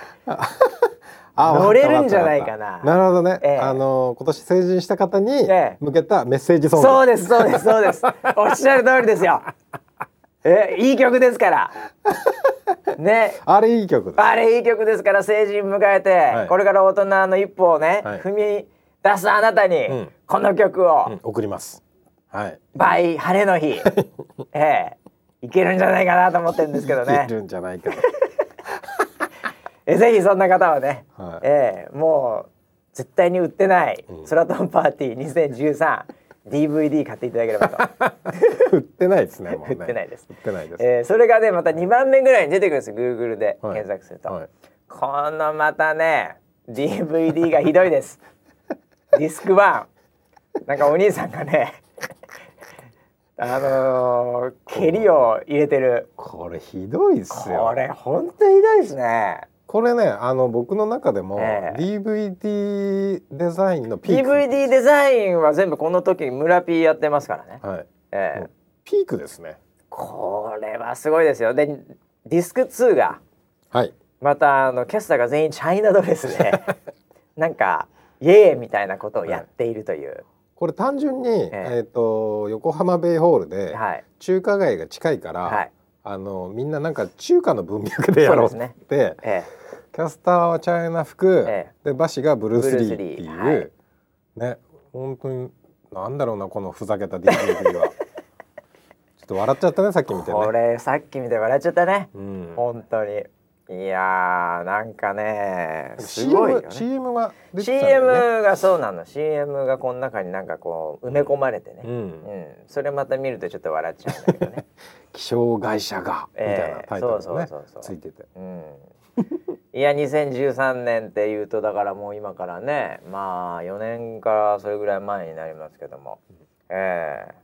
S2: あ
S1: 乗れるんじゃないかな
S2: わったわったわったなるほどね、
S1: ええ
S2: あの今年成人した方に
S1: ええ
S2: 向けたメッセージソング、
S1: そうですそうですそうです
S2: <laughs>
S1: おっしゃる通りですよえいい曲ですからね
S2: あれいい曲です
S1: あれいい曲ですから成人迎えて、
S2: い
S1: これから大人の一歩をね、
S2: はい
S1: 踏み出すあなたに、
S2: ん
S1: この曲を、
S2: うん送りますはい
S1: 倍晴れの
S2: <laughs>
S1: 日ええいけるんじゃないかなと思ってるんですけどね
S2: いるんじゃないかな
S1: えぜひそんな方はね、
S2: はい
S1: ええもう絶対に売ってない「空飛んパーティー 2013DVD」買っていただければと、
S2: 売ってないですね
S1: <laughs>
S2: もうね
S1: 売ってないです
S2: <laughs> 売ってないです、
S1: ええそれがねまた2番目ぐらいに出てくるんです Google で検索すると、
S2: はい
S1: このまたね DVD がひどいです
S2: <laughs>
S1: ディスク1なんかお兄さんがね <laughs> あのー、蹴りを入れてる
S2: これひどいっすよ
S1: これほんとひどいですね
S2: これねあの僕の中でも、
S1: ええ
S2: DVD デザインのピーク、
S1: DVD デザインは全部この時村 P やってますからね、
S2: はい、
S1: ええ
S2: ピークですね
S1: これはすごいですよでディスク2が
S2: はい
S1: またあのキャスターが全員チャイナドレス
S2: <laughs>
S1: でなんかイエーイみたいなことをやっているという、
S2: これ単純に、え
S1: え
S2: ー、と横浜ベイホールで
S1: はい
S2: 中華街が近いから、
S1: はい
S2: あのみんななんか中華の文脈でやろうっ
S1: そ
S2: て
S1: うですええ
S2: キャスターはチャイナ服、
S1: え
S2: でバシがブルース・リーって
S1: ブルースリ
S2: い
S1: ー
S2: う、
S1: はい
S2: ね本当になんだろうなこのふざけた DVD
S1: <laughs>
S2: はちょっと笑っちゃったねさっき見てね
S1: これさっき見て笑っちゃったね、
S2: うん、
S1: 本当にいやーなんかねす
S2: CM,
S1: ごいよね
S2: CM が出てたんだよね
S1: CM がそうなの CM がこの中になんかこう埋め込まれてね、
S2: うん
S1: うんそれまた見るとちょっと笑っちゃうんだけどね、
S2: 気象会社が、
S1: ええ
S2: みたいなタイトルがね
S1: そうそうそうそう
S2: ついてて
S1: うん、いや2013年っていうとだからもう今からねまあ4年からそれぐらい前になりますけども、ええ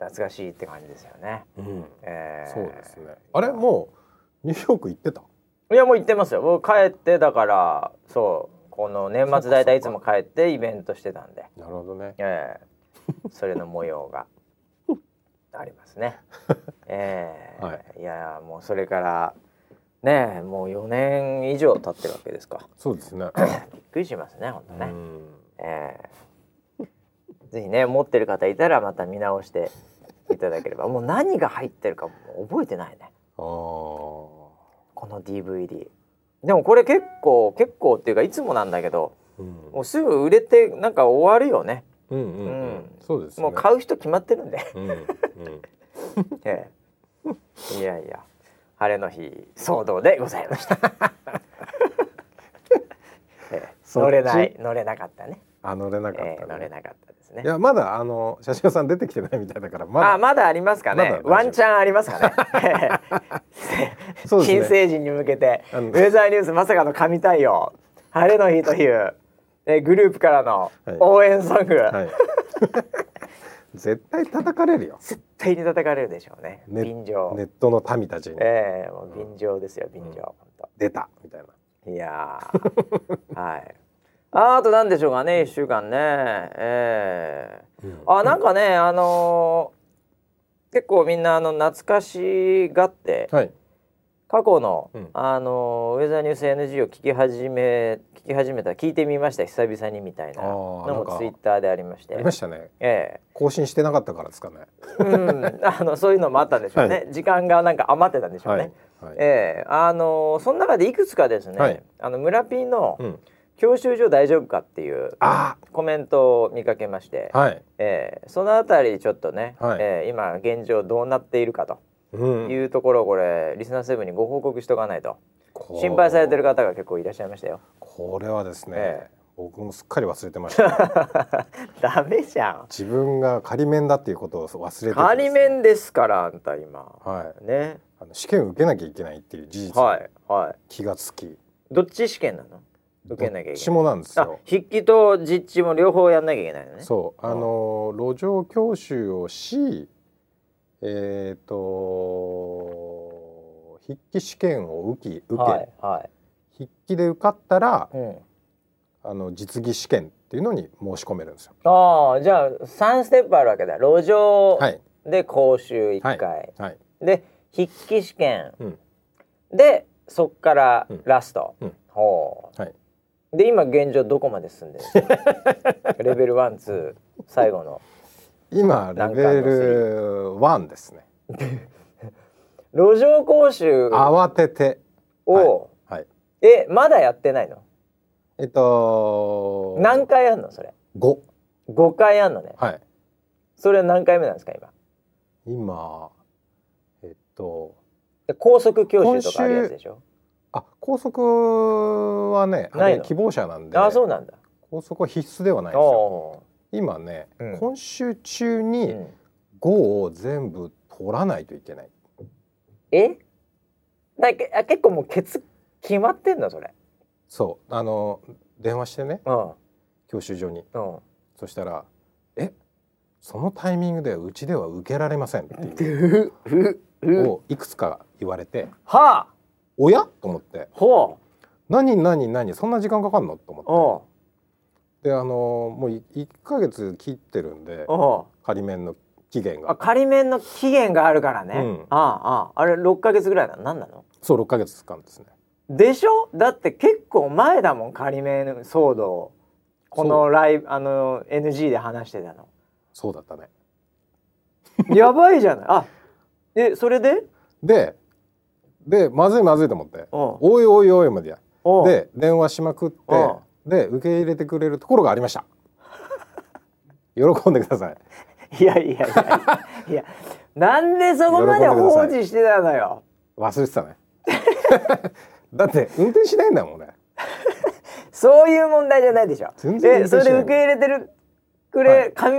S1: 懐かしいって感じですよね、
S2: うん
S1: ええ
S2: そうですねあれもうニューヨーク行ってた
S1: いやもう行ってますよ僕帰ってだからそうこの年末大体いつも帰ってイベントしてたんで
S2: なるほどね
S1: ええそれの模様
S2: <laughs>
S1: がありますね。ええ、
S2: はい
S1: やもうそれからねえもう4年以上経ってるわけですか。
S2: そうです
S1: <coughs>
S2: ね
S1: びっくりしますね本当
S2: う
S1: ね。
S2: ん
S1: ええぜひね持ってる方いたらまた見直していただければもう何が入ってるかもう覚えてないね
S2: あー
S1: この DVD。でもこれ結構結構っていうかいつもなんだけど
S2: うん
S1: もうすぐ売れてなんか終わるよね
S2: うんうんうん
S1: うん
S2: そうですね
S1: もう買う人決まってるんで。
S2: う
S1: <laughs>
S2: んうん
S1: ええ、いやいや晴れの日騒動でございま
S2: <laughs>
S1: した、ええ
S2: そっち
S1: 乗れない乗れなかったね
S2: あ乗れなかったね
S1: ええ、乗れなかったですね
S2: いやまだあの車掌さん出てきてないみたいだからまだ
S1: あまだありますかね、
S2: まだ大丈夫
S1: ワンチャンありますかね
S2: <laughs> そうですね
S1: 新成人に向けてウ
S2: あの
S1: ェザーニュースまさかの神対応晴れの日というえグループからの
S2: はい
S1: 応援ソング、
S2: はい <laughs> 絶対叩かれるよ
S1: 絶対に叩かれるでしょうね
S2: ね
S1: 便乗、
S2: ネットの民たちに
S1: ええもう便乗ですよ便乗、本当
S2: 出たみたいない
S1: や
S2: <laughs>
S1: ーはい。ああと何でしょうかね一週間ね。ええあなんかねあのー結構みんなあの懐かしがって
S2: はい
S1: 過去の、
S2: うん
S1: あのーウェザーニュース NG を聞き始め聞き始めた聞いてみました久々にみたいな
S2: あー
S1: の
S2: なん
S1: も
S2: か
S1: ツイッターでありまして
S2: ありましたね
S1: え
S2: 更新してなかったからですかね
S1: えうん、 <laughs> あのそういうのもあったんでしょうね、
S2: は
S1: 時間がなんか余ってたんでしょう
S2: は
S1: ね、
S2: いはい
S1: ええあのーその中でいくつかですね、
S2: はい
S1: あの村ピーの、
S2: うん
S1: 教習所大丈夫かっていう
S2: あ
S1: コメントを見かけまして、
S2: あはい
S1: えーそのあたりちょっとね、
S2: はい
S1: えー今現状どうなっているかと
S2: うん
S1: いうところをこれリスナーセブンにご報告しとかないと
S2: こう
S1: 心配されてる方が結構いらっしゃいましたよ。
S2: これはですね、
S1: え
S2: 僕もすっかり忘れて
S1: <laughs>
S2: ました
S1: ダメじゃん。
S2: 自分が仮免だっていうことを忘れててですね
S1: 仮免ですからあんた今。
S2: はい
S1: ね。
S2: あの試験を受けなきゃいけないっていう事実に
S1: はいは
S2: 気がつき
S1: い。どっち試験なの？受けなきゃいけない
S2: どっちもなんです
S1: あ
S2: よ、
S1: 筆記と実地も両方やんなきゃいけないのね。
S2: そう
S1: うん
S2: あの路上教習をしえっ、と筆記試験を受き受け、
S1: はいはい。
S2: 筆記で受かったら
S1: うん。
S2: あの実技試験っていうのに申し込めるんですよ。
S1: ああじゃあ三ステップあるわけだ。路上
S2: はい
S1: で講習一回、
S2: はい
S1: で筆記試験、
S2: うん
S1: でそっから
S2: うん
S1: ラスト。
S2: うん
S1: ほう。
S2: はい。
S1: で今現状どこまで進んでるの？
S2: <laughs>
S1: レベルワンツー最後の。
S2: 今レベル1ですね。
S1: 路上講習
S2: 慌てて
S1: を、
S2: はい
S1: えまだやってないの
S2: えっと
S1: 何回やんのそれ
S2: 五
S1: 5回やんのね
S2: はい
S1: それ何回目なんですか今
S2: 今えっと
S1: で高速教習とかあるやつでしょ
S2: あ高速はねあ
S1: ない
S2: れ
S1: の
S2: 希望者なんで
S1: あそうなんだ
S2: 高速は必須ではないんですよ。
S1: お
S2: 今ね、
S1: うん
S2: 今週中
S1: う
S2: に
S1: ん
S2: 5を全部取らないといけない。
S1: えだけあ結構もうケツ決まってんのそれ
S2: そうあの電話してね
S1: うん
S2: 教習所に
S1: うん
S2: そしたら「えそのタイミングではうちでは受けられません」っていう
S1: ふふふ
S2: をいくつか言われて
S1: はあ
S2: 「おや?」と思って
S1: ほ
S2: 「何何何そんな時間かかんの?」と
S1: う
S2: 思っ
S1: お
S2: てであのもう1ヶ月切ってるんで
S1: うお
S2: 仮免の期限
S1: うあ
S2: が
S1: 仮免の期限があるからね、
S2: うん
S1: あああああれ6ヶ月ぐらいなの何なの
S2: そう6ヶ月間ですね。
S1: でしょだって結構前だもん仮名の騒動このライブあの NG で話してたの
S2: そうだったね
S1: <laughs> やばいじゃないあえそれで
S2: ででまずいまずいと思って「
S1: お
S2: おいおいおい」までや
S1: おう
S2: で電話しまくって
S1: うん
S2: で受け入れてくれるところがありました <laughs> 喜んでください
S1: いやいやいやいやなんでそこまで放置してたのよ
S2: 忘れてたね <laughs> だって運転しないんだもんね
S1: そういう問題じゃないでしょ
S2: 全然
S1: でそれで受け入れてるくれ、
S2: はい
S1: 紙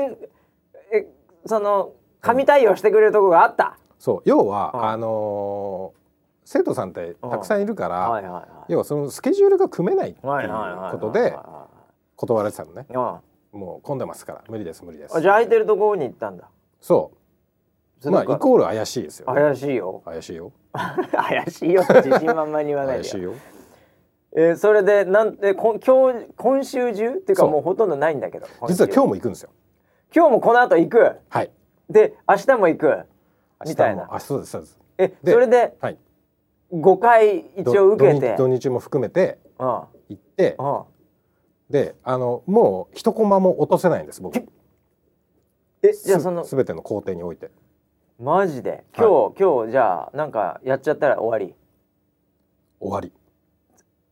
S1: えその紙対応してくれるとこがあった、
S2: そう要は、
S1: うん
S2: あのー生徒さんってたくさんいるから、
S1: はいはいは
S2: 要はそのスケジュールが組めないっていう
S1: はいはいはい
S2: ことで断られてたのね
S1: うんあ
S2: もう混んでますから無理です無理です
S1: じゃあ空いてるところに行ったんだ
S2: そ
S1: そうれ
S2: まあ
S1: な
S2: イ
S1: んか
S2: コール怪しいですよ、ね、
S1: 怪しいよ <laughs>
S2: 怪しいよ
S1: 怪しいよって自信満々に言わないで
S2: 怪しい
S1: よ、
S2: よ
S1: えーそれでなんでこん今日今週中っていうか
S2: そう
S1: もうほとんどないんだけど
S2: 実は
S1: 日
S2: 今日も行くんですよ
S1: 今日もこの後行く
S2: はい
S1: で明日も行くみたい
S2: 明日
S1: な
S2: もあそうですそうです
S1: え
S2: で
S1: それで
S2: はい
S1: 5回一
S2: ど
S1: 応受けて
S2: 土日土日も含めて
S1: うん
S2: 行って
S1: うん
S2: であのもう一コマも落とせないんです僕
S1: えじゃあその
S2: すべての工程において
S1: マジで今日、今日じゃあなんかやっちゃったら終わり
S2: 終わり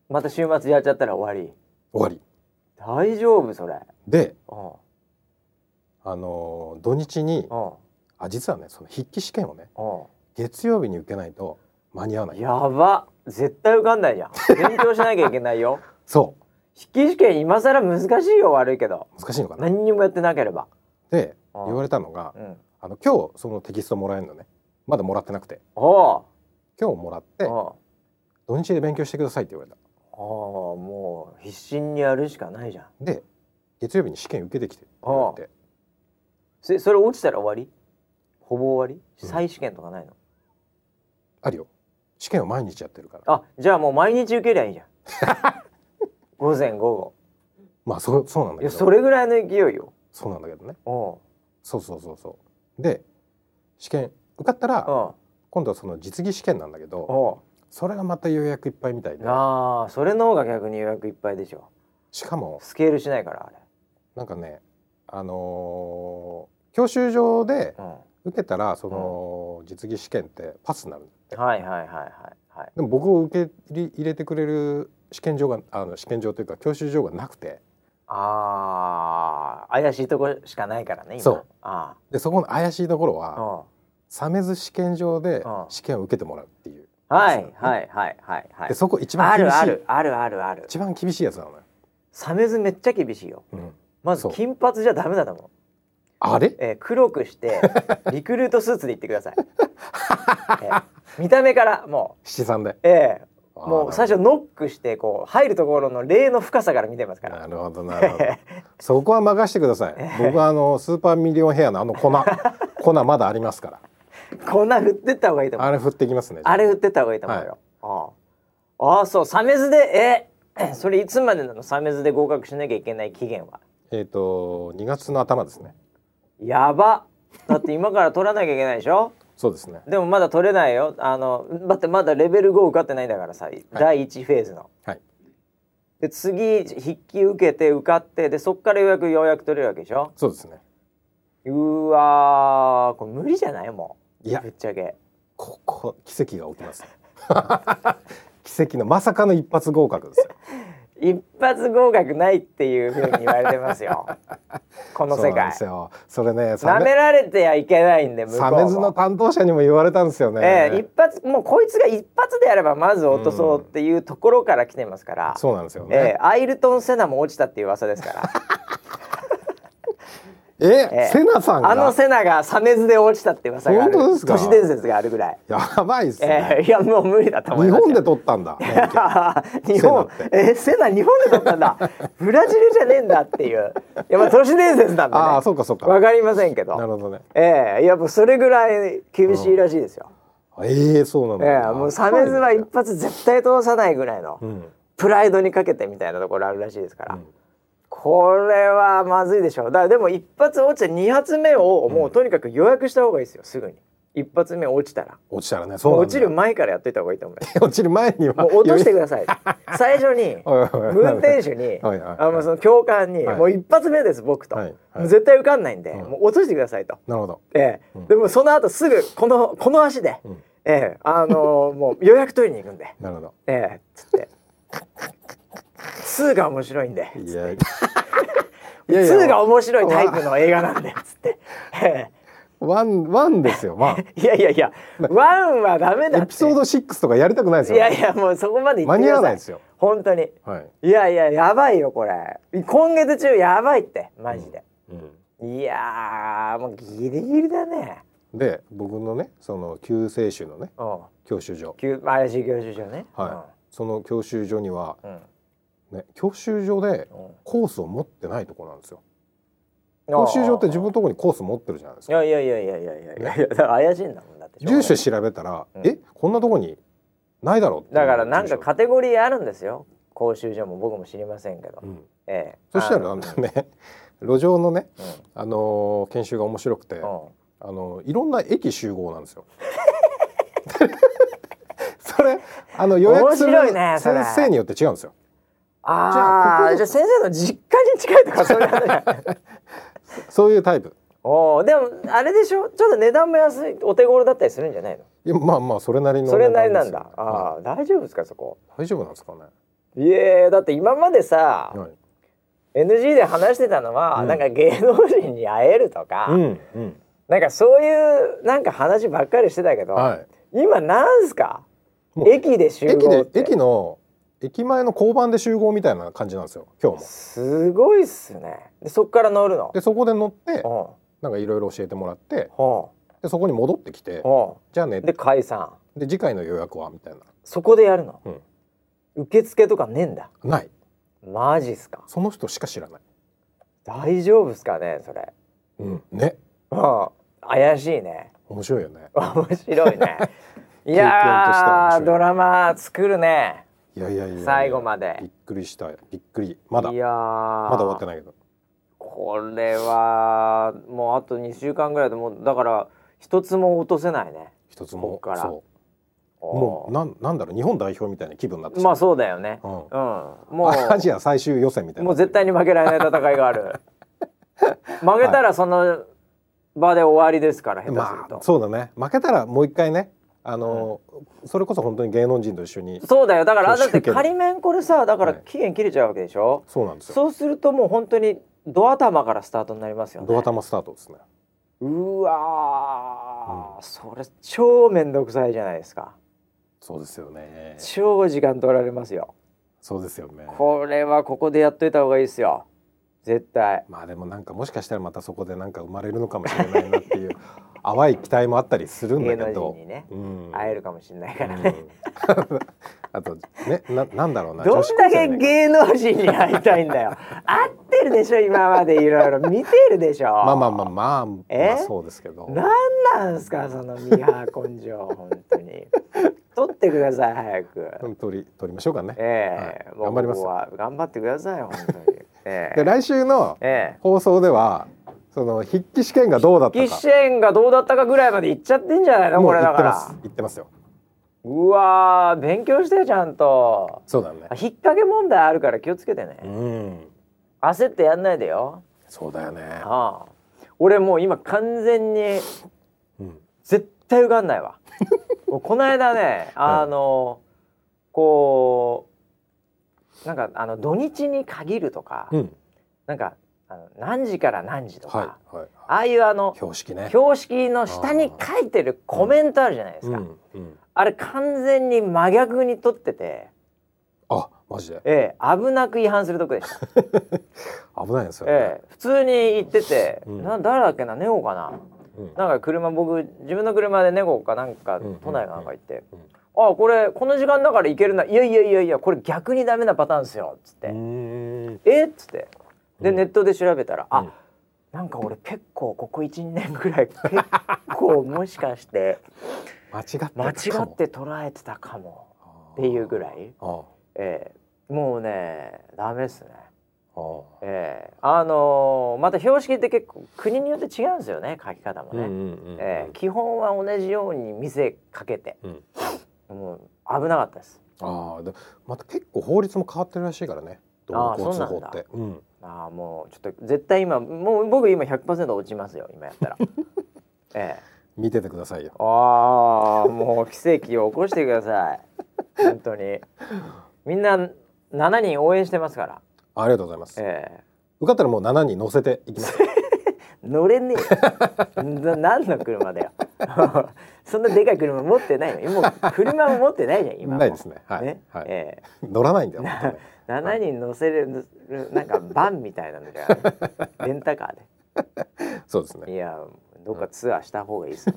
S1: また週末やっちゃったら終わり
S2: 終わり
S1: 大丈夫それ
S2: で、
S1: うん
S2: あのー土日に
S1: うん
S2: あ実はねその筆記試験をね
S1: うん
S2: 月曜日に受けないと間に合わない
S1: やば絶対受かんないじゃん勉強しなきゃいけないよ <laughs>
S2: そ
S1: 筆記試験今更難しいよ悪いけど
S2: う難しいのかな
S1: 何にもやってなければ
S2: で
S1: ああ
S2: 言われたのが
S1: うん
S2: あの今日そのテキストもらえるのねまだもらってなくて
S1: お
S2: 今日もらって
S1: うおう
S2: 土日で勉強してくださいって言われた
S1: おうもう必死にやるしかないじゃん
S2: で月曜日に試験受けてきてって言われて
S1: そそれ落ちたら終わりほぼ終わり
S2: うん
S1: 再試験とかないの、
S2: あるよ試験を毎日やってるから
S1: あじゃあもう毎日受けりゃいい <laughs> じゃん午前午後
S2: まあそうそうなんだ
S1: い
S2: け
S1: や
S2: ど
S1: それぐらいの勢いよ
S2: そうなんだけどね
S1: おう
S2: そうそうそうそうで試験受かったら
S1: お
S2: 今度はその実技試験なんだけ
S1: う
S2: ど
S1: お
S2: それがまた予約いっぱいみたいうで
S1: あーそれの方が逆に予約いっぱいでしょ
S2: しかも
S1: スケールしないからあれ
S2: なんかねあのー教習所で
S1: うん
S2: 受けたらその実技試験ってパスになるんだって
S1: はいはいはいはいはい
S2: でも僕を受け入れてくれる試験場があの試験場というか教習所がなくて
S1: ああ怪しいとこしかないからね今
S2: そう
S1: あ
S2: でそこの怪しいところ
S1: あ
S2: は
S1: うん
S2: 鮫洲試験場で
S1: うん
S2: 試験を受けてもらうっていう
S1: は
S2: やつ
S1: い
S2: なのね
S1: はいはいはいはい
S2: でそこ一番
S1: あ
S2: 厳し
S1: る
S2: い
S1: あるあるあるある
S2: 一番厳しいやつなのよ、
S1: サメズめっちゃ厳しいよ
S2: うん
S1: まず
S2: そう
S1: 金髪じゃダメだと思う
S2: あれ
S1: えー黒くして
S2: <laughs>
S1: リクルートスーツで行ってください、えー見た目からも
S2: 七三で
S1: うえー
S2: あー
S1: もう最初ノックしてこう入るところの霊の深さから見てますから
S2: なるほどなるほど <laughs> そこは任してください僕はあのスーパーミリオンヘアのあの粉 <laughs> 粉まだありますから
S1: こんな振ってった方がいいと思う
S2: あれ振ってきますね
S1: あれ売ってた方がいいと思うよ。ああああそうサメズでえ <clears throat> それいつまでなのサメズで合格しなきゃいけない期限は
S2: えっ、と2月の頭ですね
S1: やばだって今から取らなきゃいけないでしょ
S2: そうですね
S1: でもまだ取れないよあのだってまだレベル5受かってないんだからさ、第1フェーズの。
S2: はい
S1: で次筆記受けて受かってでそっからようやくようやく取れるわけでしょ
S2: そうですね
S1: うわーこれ無理じゃないもう
S2: いや
S1: ぶっちゃけ
S2: ここ奇跡が起きます <laughs> 奇跡のまさかの一発合格ですよ
S1: 一発合格ないっていうふうに言われてます
S2: <laughs>
S1: よこの世
S2: そうなん
S1: 界
S2: ですよそれね
S1: な
S2: サ
S1: め
S2: メ
S1: られてはいけないんで向こう
S2: サ
S1: も
S2: メズの担当者にも言われたんですよね、
S1: ええ一発もうこいつが一発でやればまず落とそうっていうところから来てますから、
S2: そうなんですよね
S1: ええアイルトン・セナも落ちたっていう噂ですから
S2: え
S1: え
S2: セナさんが
S1: あのセナがサメズで落ちたっていう噂がある
S2: 本当ですか
S1: 都市伝説があるぐらい、
S2: やばいっすね、
S1: ええいやもう無理だと思い
S2: 日
S1: ます
S2: 本
S1: よ
S2: で取ったんだ
S1: <laughs> 日本
S2: セナっ
S1: えセナ日本で取ったんだブラジルじゃねえんだっていうやっぱ都市伝説なんでね
S2: ああそうかそうか
S1: わかりませんけ
S2: なる
S1: ど
S2: ほどね
S1: ええやっぱそれぐらい厳しいらしいですよ、
S2: ええそうなんだ
S1: ええもうサメズは一発絶対通さないぐらいの
S2: うん
S1: プライドにかけてみたいなところあるらしいですから、これはまずいでしょうだからでも一発落ちて2発目をもうとにかく予約した方がいいですよすぐに一発目落ちたら
S2: 落ちたらねそう
S1: もう
S2: なんだ
S1: 落ちる前からやっといた方がいいと思います
S2: <laughs> 落ちる前には
S1: もう落としてください最
S2: <laughs>
S1: 初に
S2: おいおいおい
S1: 運転手に
S2: はいはい
S1: あのその教官に、
S2: はい
S1: もう一発目です僕と、
S2: はいはい
S1: もう絶対受かんないんで、
S2: ん
S1: もう落としてくださいと。
S2: <laughs> なるほど
S1: ええでもその後すぐこのこの足で、
S2: ん
S1: ええあのーもう予約取りに行くんで、
S2: なるほど
S1: ええつって「2が面 <laughs> 白いんで
S2: いや
S1: 「
S2: いやいや
S1: 2が面白いタイプの映画なんで」つって「え
S2: ワンワンですよ
S1: <laughs>
S2: ワン
S1: えいやいやいやワンはダメだって」
S2: エピソード6とかやりたくないです
S1: い
S2: よ
S1: やいやもうそこまで行って
S2: 間に合わない
S1: くださ
S2: ですよ
S1: 本当に
S2: はい
S1: いやいややばいよこれ今月中やばいってマジで、いやーもうギリギリだね
S2: で僕のねその救世主のね
S1: うん
S2: 教習所
S1: 急怪しい教習所ね
S2: はいその教習所には
S1: うん
S2: ね教習所で
S1: うん
S2: コースを持ってないところなんですよ
S1: うん
S2: 教習所って自分のところにコース持ってるじゃないです
S1: い
S2: か
S1: やいやいやいやいやいやいやいやだから怪しいんだもんだってしょうがな
S2: 住
S1: い
S2: 所調べたら
S1: うん
S2: えこんなところにないだろうっていう
S1: だからなんか
S2: 住所
S1: カテゴリーあるんですよ講習所も僕も知りませんけど、
S2: うん
S1: ええ
S2: そした
S1: あ
S2: ら
S1: の
S2: あのね路上のね
S1: うん
S2: あのー研修が面白くて
S1: うん
S2: あのいろんな駅集合なんですよ。 <laughs> それあの予約する
S1: 面白いねそれ
S2: 先生によって違うんですよ。
S1: あ
S2: じゃあこ
S1: あ
S2: こ
S1: じゃあ先生の実家に近いとかそういう話じゃない
S2: <laughs> そういうタイプ。
S1: おおでもあれでしょちょっと値段も安いお手頃だったりするんじゃないの
S2: いやまあまあそれなりの
S1: それなりな
S2: 値
S1: んだ
S2: 段ですよ
S1: ああ大丈夫ですかそこ
S2: 大丈夫なんですかね。
S1: いえだって今までさ、
S2: はい
S1: NG で話してたのは、
S2: うん
S1: なんか芸能人に会えるとか、
S2: うんうん
S1: なんかそういうなんか話ばっかりしてたけど、
S2: はい。
S1: 今なんすか
S2: もう
S1: 駅で集合
S2: 駅で
S1: って
S2: 駅の駅前の交番で集合みたいな感じなんですよ。今日も。
S1: すごいっすねでそっから乗るの
S2: でそこで乗って
S1: うん
S2: なんかいろいろ教えてもらって
S1: ほ
S2: でそこに戻ってきて
S1: うほ
S2: じゃあね
S1: うで解散
S2: で次回の予約はみたいな
S1: そこでやるの、
S2: うん
S1: 受付とかねえんだ
S2: ない
S1: マジっすか
S2: その人しか知らない。
S1: 大丈夫っすかねそれ
S2: うんね
S1: うん怪しいね <laughs>
S2: 面白いよね。 <laughs>
S1: 面白いねい
S2: 経験としては面
S1: や
S2: 白
S1: ー
S2: い
S1: ドラマ作るね
S2: いやいやいやいや
S1: 最後まで
S2: びっくりしたびっくりまだ
S1: いやま
S2: まだ終わって
S1: ない
S2: ないけど
S1: これはもうあと2週間ぐらいでもうだから一つも落とせないね
S2: 一つ
S1: こ
S2: も
S1: っから
S2: そうも
S1: お
S2: う
S1: ー
S2: なんなんだろう日本代表みたいな気分になってきた
S1: まあそうだよね
S2: うん
S1: うんもう
S2: アジア最終予選みたいな
S1: もう絶対に負けられない戦いがあ
S2: <laughs>
S1: る負けたらその場で終わりですから下手すると、
S2: まあそうだね負けたらもう一回ねあの、それこそ本当に芸能人と一緒に
S1: そうだよだから
S2: そ
S1: だっ
S2: う
S1: て
S2: 集計で
S1: 仮面これさだから
S2: はい
S1: 期限切れちゃうわけでしょ、
S2: そうなんですよ
S1: そうするともう本当にド頭からスタートになりますよね
S2: ドア玉スタートですね
S1: うわー、それ超めんどくさいじゃないですか
S2: そうですよね
S1: 超時間取られますよ
S2: そうですよね
S1: これはここでやっといた方がいいですよ絶対
S2: まあでもなんかもしかしたらまたそこでなんか生まれるのかもしれないなっていう <laughs> 淡い期待もあったりするん
S1: 芸
S2: だけ
S1: 能
S2: ど
S1: 人にね、
S2: うん
S1: 会えるかもしれないから <laughs> ね、
S2: うん <laughs> あとねななんだろうな
S1: ど
S2: 女
S1: ん
S2: 子
S1: だ
S2: 高
S1: け
S2: 生ね
S1: 芸能人に会いたいん
S2: <laughs>
S1: だよ会ってるでしょ今までいろいろ見てるでしょ
S2: まあまあまあまあ、ま
S1: え
S2: あ、そうですけど
S1: なんなんすかそのミーハー根性本当に取ってください早く
S2: うん取り取りましょうかね、
S1: ええ
S2: はい
S1: もう
S2: 頑張ります
S1: ここは頑張ってください本当にえ
S2: <laughs> で
S1: え
S2: 来週の
S1: ええ
S2: 放送ではその筆記試験がどうだった
S1: 筆
S2: か
S1: 記試験がどうだったかぐらいまで行っちゃってんじゃないの
S2: も
S1: こ
S2: う
S1: れ
S2: 言
S1: だ
S2: って
S1: か
S2: ます
S1: ら
S2: 言ってますよ
S1: うわー勉強してよちゃんと
S2: そうだね
S1: あ引っ掛け問題あるから気をつけてね、
S2: うん
S1: 焦ってやんないでよ、
S2: そうだよね
S1: ああ俺もう今完全に
S2: うん
S1: 絶対受かんない
S2: <laughs>
S1: わもうこの間ねあの、こうなんかあの土日に限るとか、
S2: うん
S1: なんかあの何時から何時とか、
S2: はいはい
S1: ああいうあの
S2: 標識ね
S1: 標識の下に書いてるコメントあるじゃないです
S2: う
S1: か、
S2: んうん
S1: あれ完全に真逆に取ってて、
S2: あマジで
S1: ええ、危なく違反するとこでした
S2: 危ないんですよね、
S1: ええ、普通に行ってて、
S2: うん
S1: な誰だっけなネオかな
S2: うん
S1: なんか車僕自分の車でネオかなんか
S2: うん
S1: 都内かなんか行って「
S2: うん
S1: あこれこの時間だから行けるないやいやいやいやこれ逆にダメなパターンですよ」っつって「
S2: うん
S1: えっ?」つってで
S2: うん
S1: ネットで調べたら「
S2: うん
S1: あなんか俺結構ここ12年ぐらい結構もしか
S2: <laughs>
S1: して
S2: 間違ってたかも
S1: 間違って捉えてたかも」っていうぐらい、
S2: あー
S1: ええ、もうねダメっすね。
S2: あー
S1: ええあのーまた標識って結構国によって違うんですよね書き方も
S2: うん
S1: ね、
S2: うんうんうん
S1: ええ基本は同じように見せかけて、
S2: うん
S1: もう危なかったです
S2: ああでまた結構法律も変わってるらしいからね道路交通法ってうん
S1: ああもうちょっと絶対今もう僕今100%落ちますよ今や
S2: <laughs>
S1: ったらええ
S2: 見ててくださいよ
S1: ああもう奇跡を起こしてください本当にみんな7人応援してますから
S2: ありがとうございます
S1: ええ
S2: 受かったらもう7人乗せていきます
S1: 乗れねえよな
S2: <laughs>
S1: 何の車だよそんなでかい車持ってないのもう車も持ってないじゃん今も
S2: ないですねはい、
S1: ね
S2: はい
S1: え
S2: 乗らないんだよ本当ね
S1: え7人乗せれるなんかバンみたいなのじゃん
S2: <laughs>
S1: レンタカ
S2: そうです
S1: ーで
S2: ね
S1: いやどっかツアーした方がいい
S2: <laughs>
S1: ですよ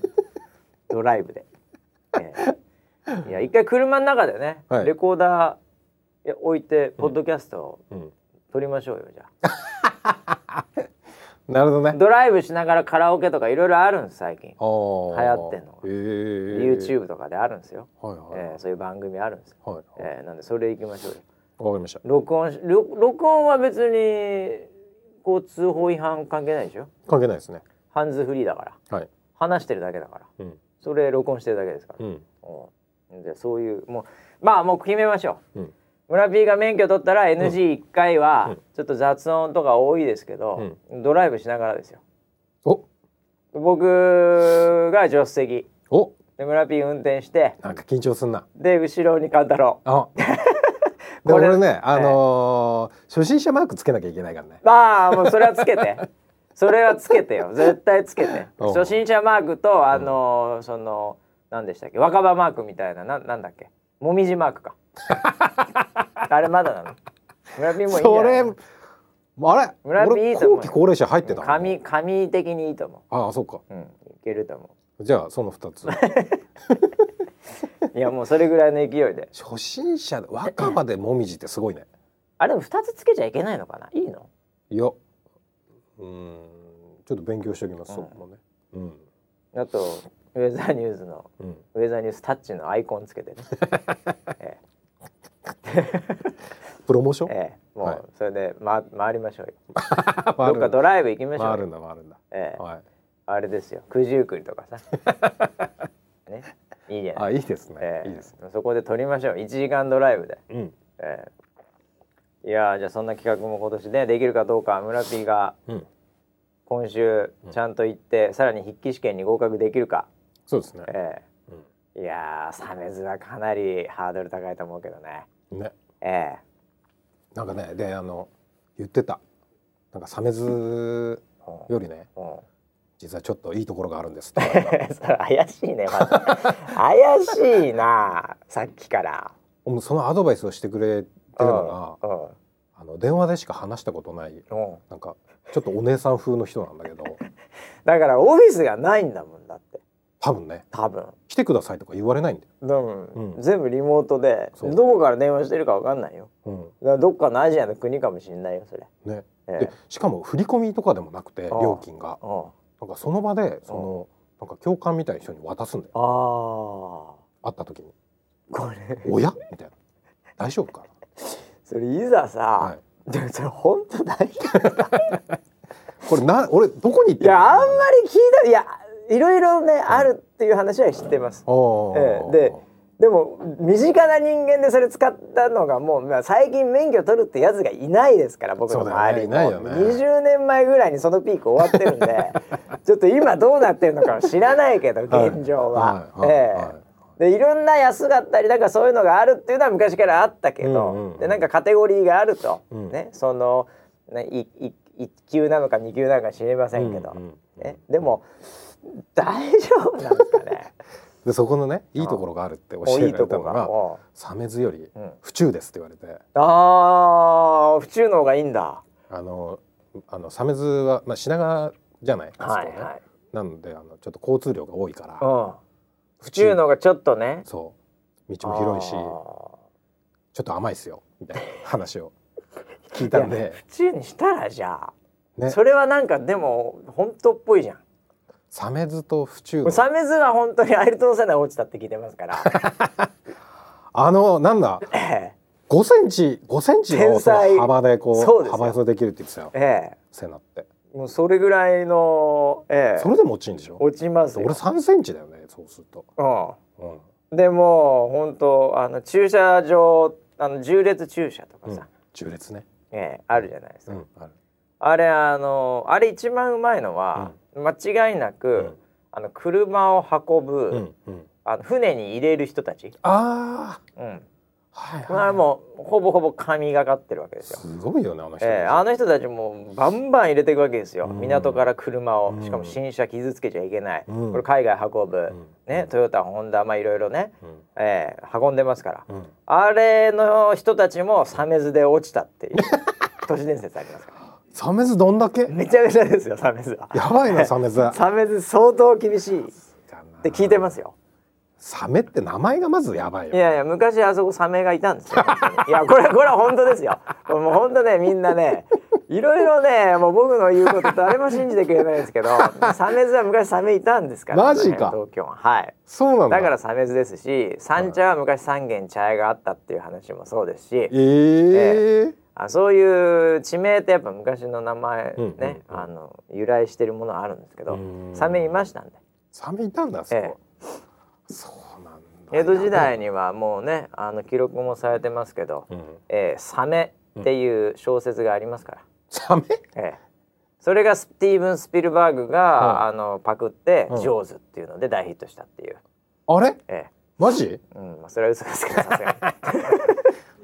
S1: ドライブで、ええいや一回車の中でね、
S2: はい
S1: レコーダー置いてポッドキャストを
S2: うん
S1: 撮りましょうよじゃ
S2: なるほど
S1: あ
S2: ね
S1: ドライブしながらカラオケとかいろいろあるんです最近
S2: お
S1: 流行ってんのが
S2: ええ
S1: YouTube とかであるんですよ
S2: はいはい、
S1: えー、そういう番組あるんですよ、
S2: はいはい
S1: えー、なんでそれ行きましょうよ
S2: わかりました
S1: 録音し録録音は別に交通法違反関係ないでしょ
S2: 関係ないですね
S1: ハンズフリーだから
S2: はい
S1: 話してるだけだから
S2: うん
S1: それ録音してるだけですから
S2: う、ん
S1: うん、でそういうもうまあもう決めましょう、
S2: うん
S1: 村 P が免許取ったら NG1 回
S2: う
S1: は
S2: ん
S1: ちょっと雑音とか多いですけど、ドライブしながらですよ
S2: お
S1: 僕が助手席
S2: お
S1: で村 P 運転して
S2: なんか緊張すんな
S1: で後ろに勘太郎
S2: <laughs> あで
S1: これ
S2: 俺ねあのー初心者マークつけなきゃいけないからね
S1: まあもうそれはつけ
S2: <laughs>
S1: てそれはつけてよ絶対つけて
S2: おう
S1: 初心者マークとあのーその何でしたっけ若葉マークみたいなななんだっけもみじマー
S2: <laughs>
S1: クかあれまだなの村ピーもいいんじ
S2: それ
S1: ゃ
S2: あ
S1: な
S2: れ
S1: い村ピーい
S2: 俺
S1: いと思うよ
S2: 後期高齢者入ってたの
S1: 紙紙的にいいと思
S2: ああそうか
S1: う、うん、いけると思
S2: じゃあその二 <laughs> つ
S1: ういやもうそれぐらいの勢いで <laughs>
S2: 初心者で若葉でもみじってすごいね
S1: あれも2つつけちゃいけないのかないいの
S2: いやうーんちょっと勉強しておきます、そこもねうん
S1: あとウェザーニュースの
S2: うん
S1: ウェザーニュースタッチのアイコンつけてね、 <laughs> え
S2: プロモーショ
S1: え
S2: ン、
S1: ええ、も
S2: はいう
S1: それで、ま、回りましょうよ
S2: <laughs> 回
S1: どっ
S2: るん
S1: か
S2: だ
S1: ドライブ行きましょうよ
S2: 回るんだ回るんだ、
S1: ええ
S2: はい
S1: あれですよ九十九里とかさ
S2: <laughs>
S1: ねいいじゃない、
S2: あいいですね、
S1: ええ
S2: いいですね
S1: そこで撮りましょう1時間ドライブで、
S2: うん
S1: ええいやーじゃあそんな企画も今年でできるかどうか村 P が
S2: うん
S1: 今週ちゃんと行って、さらに筆記試験に合格できるか、
S2: そうですね、
S1: ええ
S2: うん
S1: いやーサメズはかなりハードル高いと思うけどね
S2: ね
S1: え
S2: なんかねであの言ってたなんかサメズ
S1: えうん
S2: よりね
S1: うん <laughs>
S2: 実はちょっといいところがあるんです <laughs> とか言った
S1: それ怪しいねまた
S2: <laughs>
S1: 怪しいなさっきから
S2: もうそのアドバイスをしてくれてるの
S1: うんうん
S2: があの電話でしか話したことない
S1: うん
S2: なんかちょっとお姉さん風の人なんだけど
S1: だからオフィスがないんだもんだって
S2: 多分ね
S1: 多分
S2: 来てくださいとか言われないんだよ。
S1: でも、
S2: うん
S1: 全部リモートで
S2: そう
S1: どこから電話してるかわかんないよ
S2: うん
S1: だからどっかのアジアの国かもしれないよそれ、
S2: ね、
S1: ええ
S2: でしかも振り込みとかでもなくて料金が
S1: うん、
S2: なんかその場でそのなんか教官みたいな人に渡すんだよ
S1: ああこ
S2: 会った時に
S1: れ
S2: 「おや?」みたいな「大丈夫か?
S1: それいざさ、
S2: はい
S1: でもそれ本当大丈夫」
S2: これな俺どこに行って
S1: い
S2: る
S1: やあんまり聞いたいやいろいろねあるっていう話は知ってます
S2: お
S1: え
S2: ー
S1: えででも身近な人間でそれ使ったのがもう、まあ、最近免許取るってやつがいないですから僕の
S2: そうだよ
S1: 周
S2: ね
S1: り
S2: いないよ
S1: も、
S2: ね
S1: 20年前ぐらいにそのピーク終わってるん
S2: <laughs>
S1: でちょっと今どうなってるのかは知らないけど
S2: はい
S1: 現状は。
S2: はいはいは
S1: ええでいろんな安かったりなんかそういうのがあるっていうのは昔からあったけど、
S2: うんうんうん
S1: でなんかカテゴリーがあると、
S2: うん
S1: ねそのねいい一級なのか二級なのか知りませんけど、
S2: うんうんうん
S1: ね、でも大丈夫なんですかね
S2: でそこのねいいところがあるって <laughs> 教
S1: もう
S2: え
S1: いい
S2: られ
S1: と
S2: た
S1: こが
S2: のが。
S1: うん
S2: 「サメズより
S1: うん
S2: 府中です」って言われて
S1: ああ、府中の方がいいんだ。
S2: あのあのサメズは、まあ、品川じゃないあそこ
S1: はい
S2: ね
S1: はい。
S2: なのであのちょっと交通量が多いから
S1: うん。府中の方がちょっとね。
S2: そう道も広いしち
S1: あ
S2: ょ
S1: ー
S2: っと甘いっすよみたいな話を聞いた
S1: い
S2: ん
S1: や
S2: で
S1: <laughs> 府中にしたらじゃあ、
S2: ね
S1: それはなんかでも本当っぽいじゃん。
S2: サメズと府中
S1: もう
S2: の
S1: サメズは本当にアイルトンセナ落ちたって聞いてます
S2: <laughs>
S1: から。
S2: あのなんだ
S1: え
S2: 5センチ5センチの
S1: 天
S2: そ
S1: 才
S2: の幅でこ
S1: そう
S2: う
S1: ですよ
S2: 幅寄せできるって言ってたよ
S1: ええ
S2: セナって
S1: え。もうそれぐらいのええ
S2: それでも落ちるんでしょ
S1: 落ちますよ。
S2: 俺3センチだよねそうすると、うん、
S1: うん。でも本当あの駐車場あの重列駐車とか
S2: うん
S1: さ、
S2: 中列ね
S1: ええあるじゃないですか。
S2: うんある
S1: あれあのあれ一番うまいのは、間違いなく、
S2: うん
S1: あの車を運ぶ、
S2: うんうん
S1: あの船に入れる人たち、
S2: あ
S1: うん、
S2: あはいはい
S1: あれもうほぼほぼ神がかってるわけですよ。
S2: すごいよねあの人、
S1: ええあの人たちもバンバン入れていくわけですよ、
S2: うん
S1: 港から車を
S2: うん
S1: しかも新車傷つけちゃいけない、
S2: うん
S1: これ海外運ぶ、
S2: ん
S1: ね、トヨタホンダまあいろいろね、
S2: うん
S1: ええ運んでますから、
S2: うん
S1: あれの人たちもサメズで落ちた
S2: <laughs>
S1: っていう都市伝説ありますから
S2: サメズどんだけ
S1: めちゃめちゃですよサメズは。
S2: やばいなサメズ
S1: サメズ相当厳しい <laughs> って聞いてますよ。
S2: サメって名前がまずやばいよ
S1: いやいや昔あそこサメがいたんですよ。本当にいやこれこれは本当ですよ。これもう本当ねみんなねいろいろねもう僕の言うこと誰も信じてくれないですけどサメズは昔サメいたんですから。
S2: マジか
S1: 東京ははい。
S2: そうなんだ
S1: だからサメズですし三茶は昔三軒茶屋があったっていう話もそうですし
S2: え。ー
S1: あそういう地名ってやっぱ昔の名前ね、
S2: うんうんうん
S1: あの由来してるものはあるんですけど
S2: うん
S1: サメいましたんで
S2: サメいたんだあそこ、
S1: え
S2: そうなんだ
S1: 江戸時代にはもうねあの記録もされてますけど、
S2: うん
S1: えーサメっていう小説がありますか
S2: サメ
S1: ら、えーそれがスティーブン・スピルバーグが、
S2: うん
S1: あのパクって
S2: う
S1: 「
S2: ん
S1: ジョーズ」っていうので大ヒットしたっていう、
S2: あれ
S1: え
S2: マジ
S1: ーうんまあ、それは嘘ですけどさすが
S2: <laughs>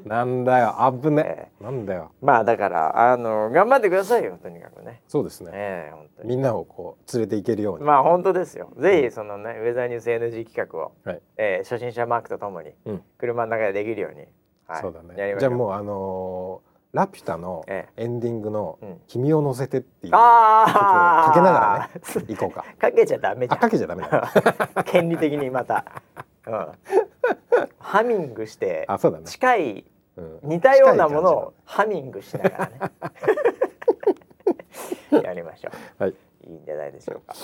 S1: に
S2: なんだよあぶ
S1: え
S2: ね、なんだよ
S1: まあだからあの頑張ってくださいよとにかくね、
S2: そうですね
S1: えー本当に
S2: みんなをこう連れていけるように、
S1: まあ本当ですよぜひそのね、ウェザーニュース NG 企画を、
S2: はい
S1: えー初心者マークとともに
S2: うん
S1: 車の中でできるように、はい、
S2: そうだね
S1: やりまし
S2: じ
S1: ょ
S2: ゃあもうあのーラピュタの
S1: え
S2: エンディングの
S1: うん
S2: 「君を乗せて」っていう曲を
S1: あー
S2: かけながらね
S1: <laughs>
S2: 行こうか
S1: かけちゃダメじ
S2: あ
S1: ゃ
S2: かけちゃ
S1: <laughs>
S2: ダメだ
S1: ん権利的にまた、うん、ハミングして
S2: あそうだね、
S1: 近い
S2: うん、
S1: 似たようなものを
S2: 近
S1: ハミングしなが
S2: <laughs>
S1: らねやりましょう、
S2: はい、
S1: いんじゃないでしょうか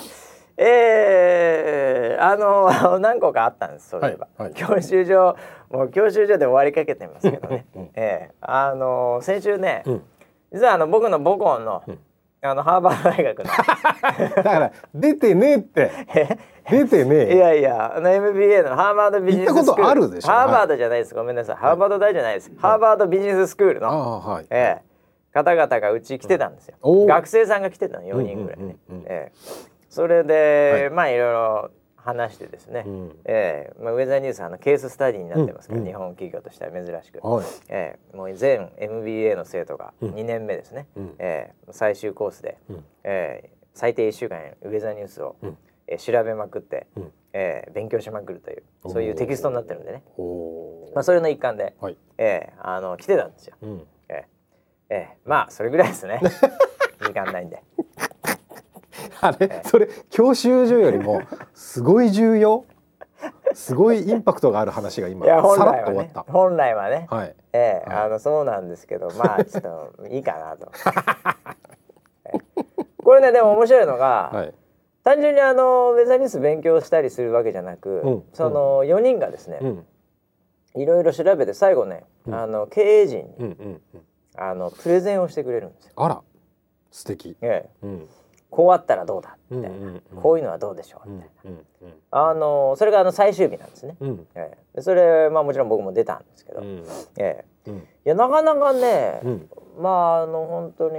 S1: えー、あの <laughs> 何個かあったんですそういえば、
S2: はいはい
S1: 教習所もう教習所で終わりかけてますけどね、
S2: うんうん
S1: えーあの先週ね、
S2: いい感じだねうん
S1: 実はあの僕の母校の,、
S2: うん
S1: あのハーバード大学
S2: <laughs>
S1: の
S2: だから出てねえ
S1: <laughs>
S2: って出てねえ
S1: いやいや、あの MBA のハーバードビジネススクール。
S2: 行ったことあるでしょ
S1: ハーバードじゃないです。ごめんなさい。ハーバード大じゃないです。ハーバードビジネススクール
S2: あ
S1: の、
S2: あはい、
S1: ええ方々がうち来てたんですよ。
S2: うんおー
S1: 学生さんが来てたの、4人ぐらいね。
S2: うんうんうんうん
S1: ええそれで、
S2: はい
S1: まあいろいろ話してですね、
S2: うん
S1: ええまあ、ウェザーニュースはあのケーススタディになってますから、
S2: うんうん
S1: 日本企業としては珍しく、
S2: はい。
S1: ええもう全 MBA の生徒が
S2: うん
S1: 2年目ですね、
S2: うん
S1: ええ最終コースで、
S2: うん
S1: ええ最低1週間ウェザーニュースを、
S2: うん
S1: ええ調べまくって、
S2: うん
S1: ええ勉強しまくるというそういうテキストになってるんでね、
S2: おおー。
S1: まあ、それの一環で、
S2: はい。
S1: ええあの来てたんですよ。
S2: うん。
S1: ええええまあそれぐらいです
S2: <laughs>
S1: ね時間ないんで。
S2: <laughs> あれ、それ教習所よりもすごい重要。すごいインパクトがある話が今
S1: いや本
S2: さらっ
S1: 来は
S2: と終わっ
S1: ね
S2: た。
S1: 本来はね、
S2: はい。
S1: ええ
S2: はい
S1: あのそうなんですけどまあちょっといいか
S2: <laughs>
S1: なと。ええこれねでも面白いのが、
S2: はい。
S1: 単純にあのウェザーニュース勉強したりするわけじゃなく、
S2: うん
S1: その4人がですね
S2: う、ん。
S1: いろいろ調べて最後ね、
S2: うん
S1: あの経営陣に
S2: うんうんうん。
S1: あのプレゼンをしてくれるんですよ。
S2: あら。素敵。
S1: ええ
S2: うん。
S1: こうあったらどうだ
S2: う
S1: み
S2: んう
S1: たいな、
S2: んうん。
S1: こういうのはどうでしょう
S2: う
S1: み
S2: ん
S1: たいな、
S2: うんうん
S1: あのそれがあの最終日なんですね。
S2: うん
S1: ええでそれまあもちろん僕も出たんですけど、
S2: うん
S1: ええ
S2: うん
S1: いやなかなかね、
S2: うん
S1: まああの本当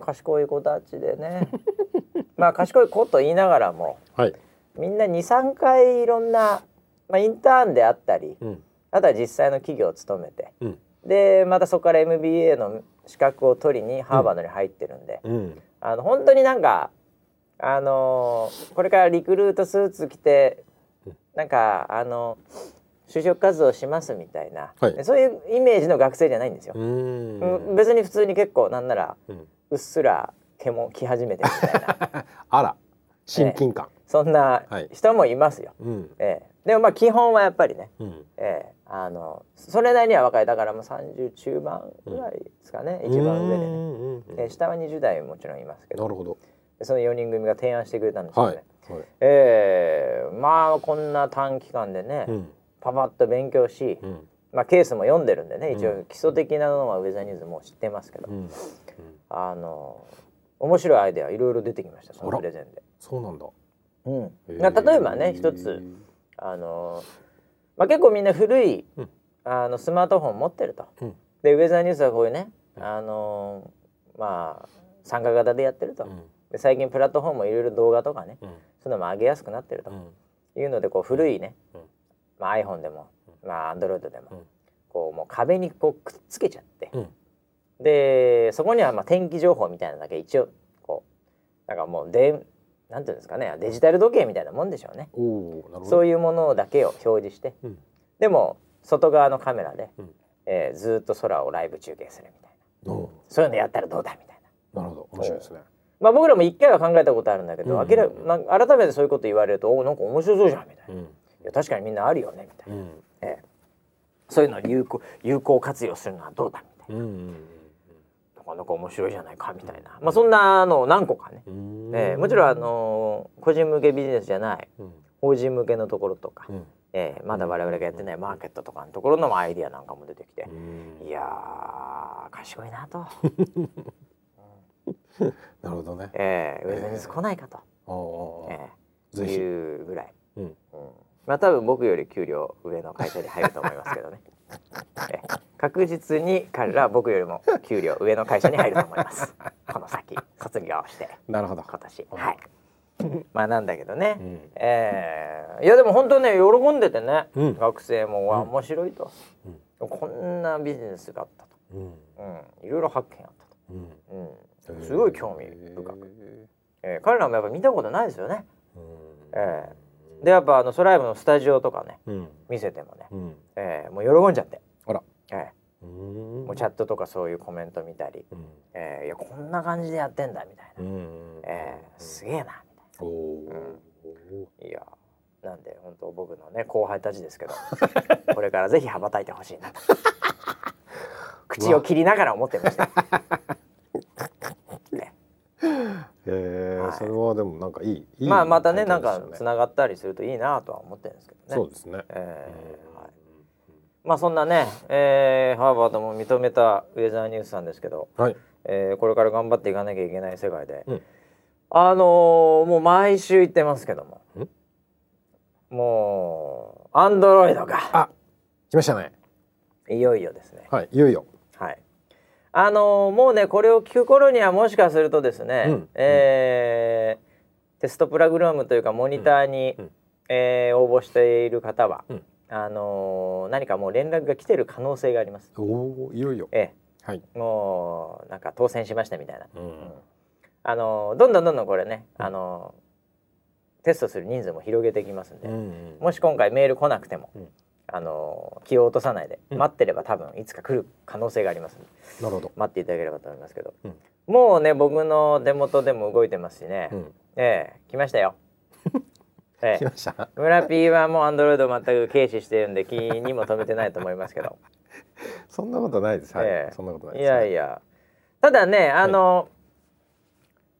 S1: に賢い子たちでね <laughs> まあ賢い子と言いながらも
S2: はい
S1: みんな23回いろんな、まあ、インターンであったり
S2: うん
S1: あとは実際の企業を勤めて
S2: うん
S1: でまたそこから MBA の資格を取りにハーバードに入ってるんで、
S2: うん
S1: あの本当になんかあのーこれからリクルートスーツ着て
S2: うん
S1: なんかあの就職活動しますみたいな、
S2: はい
S1: でそういうイメージの学生じゃないんですよ
S2: う。ん
S1: うん別に普通に結構なんなら
S2: うん
S1: うっすら毛も来始めてみたいな
S2: あら親近感
S1: そんな
S2: はい
S1: 人もいますよ。
S2: うん
S1: ええ、でもまあ基本はやっぱりね、
S2: うん
S1: ええ、あのそれなりには若いだからもう30中盤ぐらいですかね、一番上でね。
S2: うんうんうん
S1: ええ下は20代ももちろんいますけど
S2: なるほど
S1: その4人組が提案してくれたんですよ
S2: は
S1: ね。
S2: いはい
S1: ええまあこんな短期間でね、
S2: うん
S1: パパッと勉強し、
S2: うん
S1: まあ、ケースも読んでるんでね一
S2: う
S1: 応基礎的なのはウェザーニューズもう知ってますけど、
S2: うん
S1: あの面白いアイデアいろいろ出てきましたそ
S2: あ
S1: の
S2: ら
S1: プレゼンで。
S2: そうなんだ
S1: うん
S2: へ
S1: まあ
S2: ー
S1: 例えばね一つあの、まあ、結構みんな古い、
S2: うん
S1: あのスマートフォン持ってると。
S2: うん
S1: でウェザーニュースはこういうね
S2: うん
S1: あのまあ参加型でやってると。
S2: うん
S1: で最近プラットフォームもいろいろ動画とかね
S2: うん
S1: そういうのも上げやすくなってると
S2: う。ん
S1: いうのでこう古いね、
S2: うん
S1: まあ、iPhone でも、まあ、Android でも、
S2: うん
S1: こうもう壁にこうくっつけちゃって、
S2: うん
S1: でそこにはまあ天気情報みたいなのだけ一応こうなんかもうでなんていうんですかねデジタル時計みたいなもんでしょうね、
S2: おおなるほど
S1: そういうものだけを表示して
S2: うん
S1: でも外側のカメラで、
S2: うん
S1: えーずーっと空をライブ中継するみたいな
S2: おー
S1: そういうのやったらどうだみたいな。
S2: なるほど面白いですね
S1: まあ、僕らも一回は考えたことあるんだけど、
S2: うん
S1: 明らまあ改めてそういうこと言われるとおなんか面白そうじゃんみたいな、
S2: う
S1: い
S2: ん
S1: や確かにみんなあるよねみたいな、
S2: うん
S1: ええ、そういうのを有効有効活用するのはどうだみたい
S2: うんうん
S1: ななかなか面白いじゃないかみたいな、まあ、そんなのを何個かね、
S2: うんうん
S1: ええもちろん、あのー個人向けビジネスじゃない
S2: うん
S1: 法人向けのところとか、
S2: うん
S1: ええまだ我々がやってないマーケットとかのところのアイディアなんかも出てきて
S2: う、ん
S1: いやー賢いなと、
S2: なるほどね
S1: ええウェザーニュース来ないかと、
S2: おお
S1: ええ
S2: ぜひ
S1: いうぐらい、
S2: うん
S1: うんまあ多分僕より給料上の会社に入ると思いますけど
S2: <laughs>
S1: ねええ確実に彼らは僕よりも給料上の会社に入ると思います
S2: <laughs>
S1: この先卒業して
S2: なるほど
S1: 今年はいまあなんだけどね、
S2: うん
S1: ええいやでも本当ね喜んでてね、
S2: うん
S1: 学生もわ面白いと、
S2: うん
S1: こんなビジネスがあった
S2: うん
S1: と、うん、いろいろ発見あった
S2: うん
S1: と、うん、すごい興味深く、
S2: く
S1: ええ彼らもやっぱ見たことないですよねえ
S2: え
S1: でやっぱあのソライブのスタジオとかね
S2: うん
S1: 見せてもね、
S2: うん
S1: ええもう喜んじゃって、
S2: あら
S1: ええも
S2: も
S1: うチャットとかそういうコメント見たり、
S2: うん
S1: ええいやこんな感じでやってんだみたいな、
S2: うん
S1: ええすげえなみたい
S2: おお
S1: ないやなんで本当僕のね後輩たちです
S2: <laughs>
S1: けどこれからぜひ羽ばたいてほしいなと口を切りながら思ってました、ね
S2: ええ
S1: はい
S2: それはでもなんかいいいい
S1: まあまたねなん
S2: 体験
S1: か
S2: でし
S1: つ
S2: たね
S1: ながったりするといいなとは思ってるんですけどね
S2: そうですね
S1: ええ
S2: うん
S1: はいまあそんなね、えーハーバードも認めたウェザーニュースさんですけど、
S2: はい
S1: えーこれから頑張っていかなきゃいけない世界で、
S2: うん
S1: あのーもう毎週言ってますけども
S2: ん
S1: もうアンドロイドが
S2: あ来ましたね
S1: いよいよですね
S2: はいいよいよ
S1: はいあのーもうねこれを聞く頃にはもしかするとですね、
S2: うん
S1: えーテストプラグラムというかモニターに、
S2: うんうん
S1: えー応募している方は、
S2: うん
S1: あのー何かもう連絡が来てる可能性があります。
S2: おおいよいよ
S1: え
S2: はい、
S1: え、もうなんか当選しましたみたいな。
S2: うん
S1: あのーどんどんどんどんこれね、
S2: うん
S1: あのーテストする人数も広げていきますんで、
S2: ん
S1: もし今回メール来なくても、
S2: うん
S1: あのー気を落とさないで、
S2: うん
S1: 待ってれば多分いつか来る可能性がありますんで
S2: なるほど、
S1: 待っていただければと思いますけど、
S2: うん
S1: もうね僕の手元でも動いてますしね、
S2: うん、
S1: ええ来ました
S2: <laughs>
S1: よ。え
S2: 来
S1: え
S2: ました
S1: 村 P はもうアンドロイド全く軽視してるんで気にも留めてないと思いますけど
S2: そんなことないですはい、
S1: ええ
S2: そんなことない
S1: い
S2: です
S1: やいやただねあの、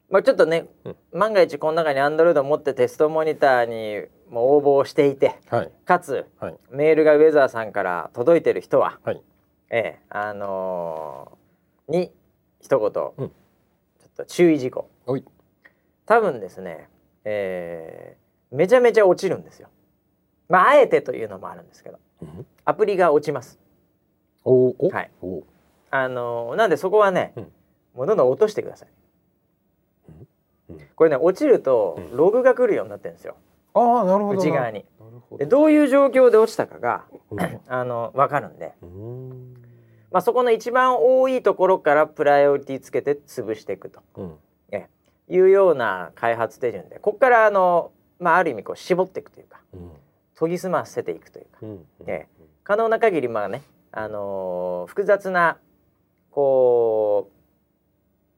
S1: まあちょっとね、
S2: うん
S1: 万が一この中にアンドロイドを持ってテストモニターにも応募していて
S2: はい
S1: かつ
S2: はい
S1: メールがウェザーさんから届いてる人は、
S2: はい
S1: ええあのーに一言、
S2: うん
S1: ちょっと注意事項
S2: おい
S1: 多分ですね、えーめちゃめちゃ落ちるんですよ。まああえてというのもあるんですけど
S2: うん
S1: アプリが落ちます。
S2: おおお、
S1: はい
S2: おお
S1: あのーなんでそこはね、
S2: うん
S1: もうどんどん落としてください。
S2: うんうん
S1: これね落ちると
S2: うん
S1: ログが来るようになってるんですよ、
S2: ああなるほど
S1: 内側に。
S2: なるほ
S1: で
S2: ど
S1: どういう状況で落ちたかが
S2: うん
S1: あの分かるんで、
S2: うん
S1: まあ、そこの一番多いところからプライオリティつけて潰していくと
S2: うん
S1: いうような開発手順でここからあの、まあ、ある意味こう絞っていくというか
S2: うん
S1: 研ぎ澄ませていくというか
S2: うん
S1: え可能な限りまあね、あのー複雑なこう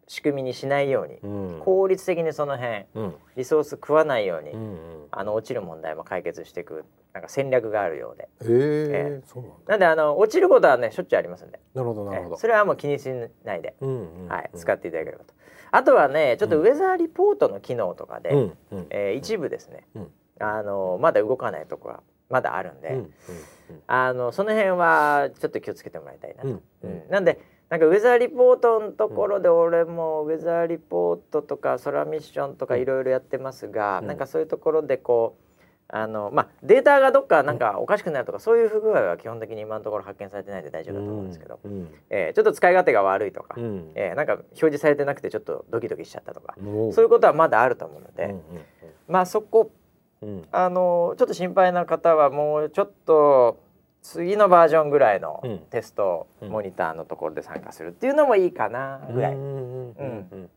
S1: 仕組みにしないように
S2: うん
S1: 効率的にその辺
S2: うんうん
S1: リソース食わないように、
S2: うん
S1: あの落ちる問題も解決していくなんか戦略があるようで
S2: ええそうなんだ
S1: なんであの落ちることはねしょっちゅうありますんで
S2: なるほどなるほ
S1: え
S2: ど
S1: えそれはもう気にしないで、
S2: うんうん
S1: はい、使っていただければとあとはねちょっとウェザーリポートの機能とかで、
S2: うんうん
S1: えー一部ですね、
S2: うん
S1: あのまだ動かないとこはまだあるんで、
S2: うんうん
S1: あのその辺はちょっと気をつけてもらいたいなと、
S2: うんう
S1: うんんなんでなんかウェザーリポートのところで俺もウェザーリポートとか空ミッションとかいろいろやってますが、
S2: うん
S1: なんかそういうところでこうあのまあデータがどっかなんかおかしくなるとか、そういう不具合は基本的に今のところ発見されてないんで大丈夫だと思うんですけど、
S2: うん
S1: えーちょっと使い勝手が悪いとか、
S2: うん
S1: えーなんか表示されてなくてちょっとドキドキしちゃったとか、
S2: も
S1: そういうことはまだあると思うので、
S2: うん
S1: まあそこ
S2: うんうん
S1: あのちょっと心配な方はもうちょっと次のバージョンぐらいの
S2: うん
S1: テストモニターのところで参加するっていうのもいいかなぐらい、
S2: うんうんうんうん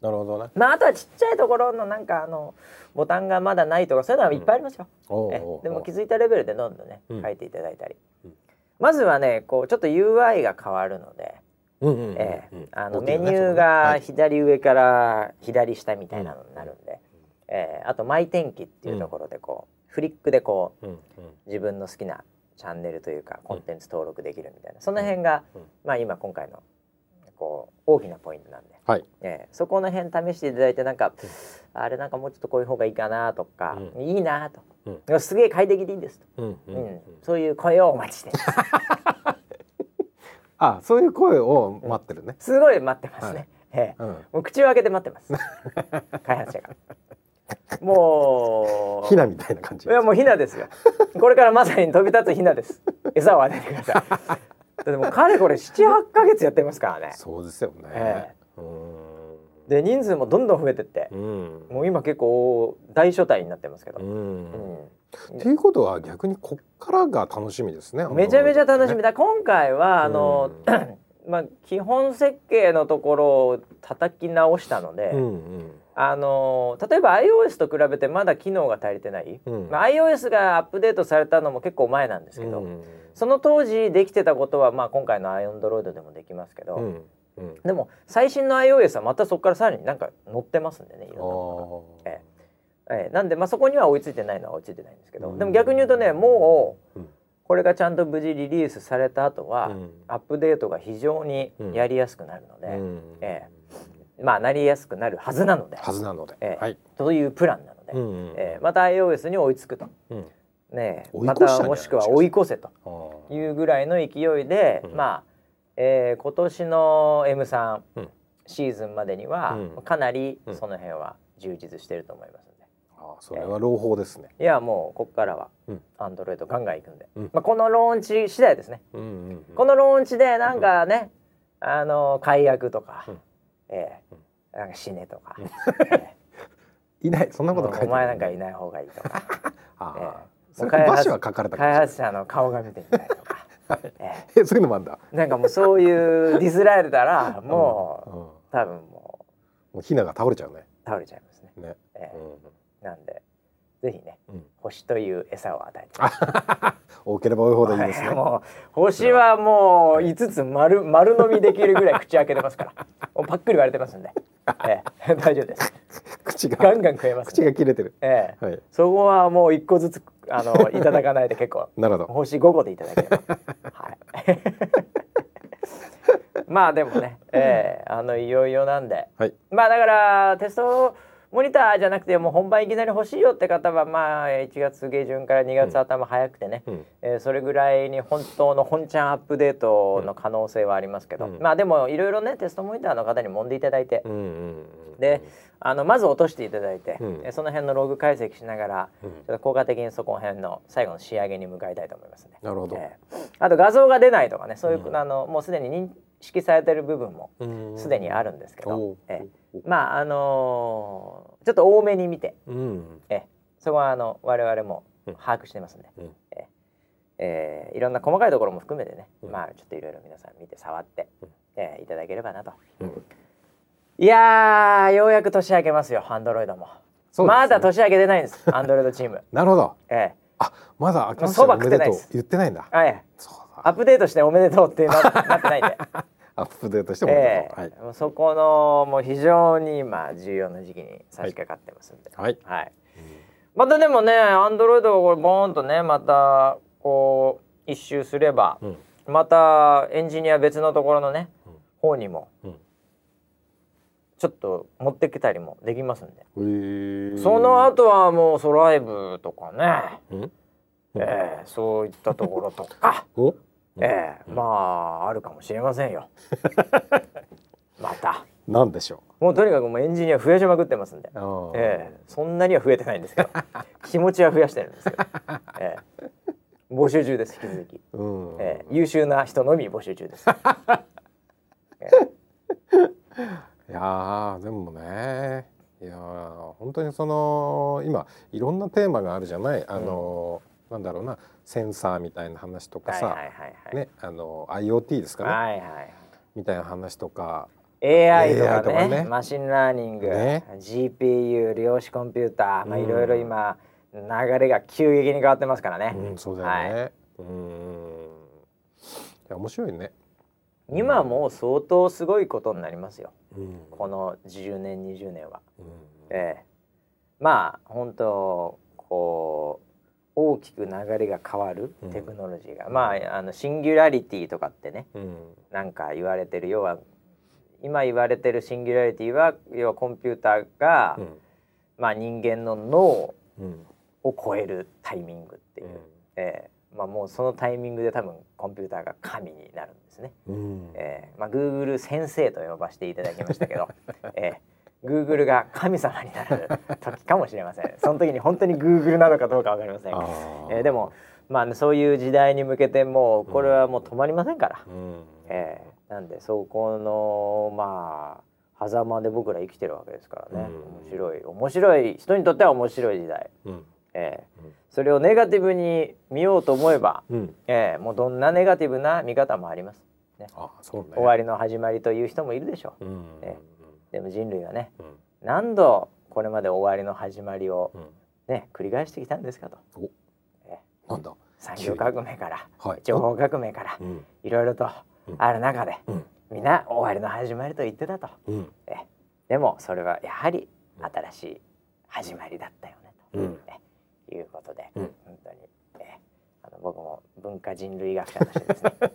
S2: なるほどね
S1: まああとはちっちゃいところのなんかあのボタンがまだないとかそういうのはいっぱいありますよ、
S2: お
S1: え
S2: お
S1: でも気づいたレベルでどんどんね
S2: うん
S1: 書いていただいたり、
S2: うん
S1: まずはねこうちょっと UI が変わるので、
S2: うんうんうん
S1: ええあの
S2: 大きい
S1: メ
S2: よね
S1: ニューが左上から左下みたいなのになるんで、ええあと「マイ天気」っていうところでこう、フリックでこう
S2: そこね
S1: 自分の好きなチャンネルというかコンテンツ登録できるみたいな、その辺が、
S2: うんうん
S1: まあ今今回のこう大きなポイントなんで、
S2: はい
S1: ええそこの辺試していただいてなんか、あれなんかもうちょっとこういう方がいいかなとか、
S2: う
S1: いいなと、
S2: うん
S1: でもすげえ快適でいいですと、
S2: うんうんう
S1: うん
S2: うんん
S1: そういう声をお待ちし
S2: <laughs>
S1: てます
S2: あそういう声を待ってるね
S1: すごい待ってますね、
S2: はい
S1: ええ
S2: うん
S1: もう口を開けて待って
S2: <laughs>
S1: ます開発者がもう
S2: ひなみたいな感じ
S1: いやもうヒナですよ。これからまさに飛び立つヒナです。餌を与えてください。だってもう彼これ七八ヶ月やってますからね。
S2: そうですよ
S1: え
S2: ねうー
S1: で人数もどんどん増えてって、
S2: ん
S1: もう今結構大所帯になってますけど。
S2: うんうん
S1: う
S2: っていうことは逆にこっからが楽しみですね
S1: ん、めちゃめちゃ楽しみ
S2: ね
S1: だ。今回はあの、
S2: う
S1: まあ基本設計のところを叩き直したので、
S2: うん
S1: あの例えば iOS と比べてまだ機能が足りてない。
S2: うんうん
S1: まあ iOS がアップデートされたのも結構前なんですけど。
S2: うん
S1: その当時できてたことは、まあ、今回の Android でもできますけど、
S2: うんうん
S1: でも最新の iOS はまたそこからさらになんか乗ってますんでねい
S2: あ
S1: ろえんなものが、
S2: ー
S1: ええなんで、まあ、そこには追いついてないのは追いついてないんですけど、
S2: うん
S1: でも逆に言うとねもう
S2: うん
S1: これがちゃんと無事リリースされた後は、
S2: うん
S1: アップデートが非常にやりやすくなるので、
S2: うん
S1: えまあなりやすくなるはずなので
S2: はずなので
S1: ええ
S2: はい
S1: というプランなので、
S2: うんうん
S1: ええまた iOS に追いつくと。
S2: うん
S1: ねえ、
S2: 追い
S1: ま
S2: 越したんじゃない
S1: たもしくは追い越せと
S2: あー
S1: いうぐらいの勢いで、
S2: うん
S1: まあ、えー今年の M 3
S2: うん
S1: シーズンまでには、
S2: うん
S1: かなり
S2: うん
S1: その辺は充実してると思いますんで、
S2: あーそれは朗報ですね
S1: いやもうここからは
S2: うん
S1: Android ガンガンいくんで、
S2: うん
S1: まあ、このローンチ次第ですね、
S2: うんうんうん
S1: このローンチでなんかね、あの解約とか、
S2: うん
S1: えー
S2: うん
S1: なんか死ねとか、え
S2: いないそんなこと書いて
S1: お前なんかいない方がいいと
S2: <laughs>
S1: か
S2: ああ、
S1: ええ
S2: それ
S1: 開
S2: 馬
S1: 発
S2: 車は書かれたかも
S1: 開
S2: し
S1: 発者の顔が見てみたいとか、え
S2: れないそういうのもあんだ、
S1: えなんかもうそういうディスられたらも
S2: う
S1: う、
S2: ん、も
S1: 多分も
S2: うヒナが倒れちゃうね
S1: う倒れちゃいますね、
S2: ね、
S1: え
S2: う
S1: え
S2: ん
S1: なんでぜひね
S2: うん、
S1: 星という餌を与えて
S2: あ多ければ多いほどいいですね、
S1: はい <laughs> もう星はもう5つ丸丸飲みできるぐらい口開けてますから
S2: <laughs>
S1: もうパックリ割れてますんで、ええ、 <laughs> 大丈夫です
S2: <laughs> 口が
S1: ガンガン食えますん
S2: 口
S1: で、
S2: が切れてる
S1: ええ、
S2: はい
S1: そこはもう一個ずつあ
S2: <laughs>
S1: のいただかないで結構
S2: なるほど
S1: 星5個でいただければ
S2: <laughs>
S1: はい <laughs> まあでもね、ええあのいよいよなんで
S2: はい
S1: まあだからテストモニターじゃなくてもう本番いきなり欲しいよって方はまあ1月下旬から2月頭早くてね、
S2: うん
S1: えーそれぐらいに本当の本ちゃんアップデートの可能性はありますけど、
S2: うん
S1: まあでもいろいろねテストモニターの方に揉んでいただいて、
S2: うんうんうん
S1: であのまず落としていただいて、
S2: うん
S1: えーその辺のログ解析しながら、
S2: うん
S1: ちょっと効果的にそこら辺の最後の仕上げに向かいたいと思いますね。
S2: なるほど、
S1: えーあと画像が出ないとかねそういう、
S2: うん
S1: あのもうすでに認識されてる部分も
S2: うん
S1: すでにあるんですけ
S2: お
S1: ど
S2: う、
S1: えーまああのーちょっと多めに見て、
S2: うん
S1: えーそこはあの我々も
S2: うん
S1: 把握してますんで、
S2: うん
S1: えーいろんな細かいところも含めてね、
S2: うん
S1: まあちょっといろいろ皆さん見て触って、
S2: うん
S1: えーいただければなと
S2: うん
S1: いやーようやく年明けますよアンドロイドも、
S2: そうですね
S1: まだ年明けてないんです
S2: <laughs>
S1: アンドロイドチーム
S2: なるほど
S1: え
S2: あまだ明けまして
S1: そば
S2: お
S1: 食
S2: め
S1: ってない
S2: でと
S1: で
S2: う
S1: す
S2: 言ってないんだ
S1: ーはい
S2: そう
S1: ア
S2: だ
S1: ップデートしておめでとうってななってないん
S2: <laughs>
S1: で、
S2: アップデートしてもら
S1: え
S2: っ
S1: ー
S2: たはい
S1: もうそこのもう非常に今重要な時期に差し掛かってますんで、
S2: はい
S1: はい、またでもねアンドロイドがこれボーンとねまたこう一周すれば、
S2: うん
S1: またエンジニア別のところのね、方にも
S2: うん
S1: ちょっと持ってきたりもできますんで、
S2: うんへー
S1: その後はもうソライブとかね、
S2: うん
S1: えーそういったところと
S2: <laughs>
S1: か、
S2: お
S1: えーまああるかもしれません
S2: <laughs>
S1: よまた
S2: なんでしょ
S1: もうとにかくもうエンジニア増やしまくってますんで
S2: う。ああ
S1: ええそんなには増えてないん
S2: <laughs>
S1: ですけど気持ちは増やしてるんですけど、ええ募集中です引き続き、
S2: うん。
S1: ええ優秀な人のみ募集中です、え
S2: いやーでもね、いやー本当にその今いろんなテーマがあるじゃない。あの、なんだろうなセンサーみたいな話と
S1: え
S2: か
S1: はい
S2: さ、
S1: はいはいはい、
S2: ねあの IoT ですかね、
S1: はいはい
S2: みたいな話とか。
S1: AI と
S2: AI と
S1: か
S2: か
S1: ね
S2: ね
S1: マシンラーニング、
S2: ね
S1: GPU 量子コンピューター、まあ、
S2: うん
S1: いろいろ今流れが急激に変わってますからね、
S2: うんそうだよね。うん。いや面白いね。
S1: はい、今もう相当すごいことになりますよ
S2: うん。
S1: この10年20年は。
S2: うん
S1: ええまあ本当こう大きく流れが変わるテクノロジーが、まああのシンギュラリティとかってね
S2: うん。
S1: なんか言われてる要は今言われてるシンギュラリティは要はコンピューターが、
S2: うん。
S1: まあ、人間の脳
S2: うん。
S1: を超えるタイミングっていう、ええまあ、もうそのタイミングで多分コンピューターが神になるんですね。
S2: うん。
S1: えーまあ、Google 先生と呼ばせていただきましたけど、 <laughs> えー、Google が神様になる時かもしれませ
S2: <laughs>
S1: んその時に本当に Google なのかどうかわかりませんが、
S2: あ
S1: えーでも、まあね、そういう時代に向けてもうこれはもう止まりませんから、
S2: うん。
S1: えーなんでそこのまあ狭間で僕ら生きてるわけですからね、
S2: うん
S1: 面白い面白い人にとっては面白い時代、
S2: うん。
S1: えー
S2: うん
S1: それをネガティブに見ようと思えば、
S2: うん。
S1: えーもうどんなネガティブな見方もあります。
S2: あそうね。
S1: 終わりの始まりという人もいるでしょう。
S2: うん。
S1: えでも人類はね
S2: うん。
S1: 何度これまで終わりの始まりを
S2: うん。
S1: ね繰り返してきたんですかと
S2: お
S1: え
S2: なんだ。
S1: 産業革命から
S2: はい。
S1: 情報革命から
S2: うん。
S1: いろいろと
S2: うん
S1: ある中で
S2: うん。
S1: みんな終わりの始まりと言ってたと
S2: うん。
S1: えでもそれはやはり新しい始まりだったよねと、
S2: うん
S1: えいうことで、
S2: うん
S1: 本当にえあの僕も文化人類学者としてです
S2: <laughs>
S1: ね本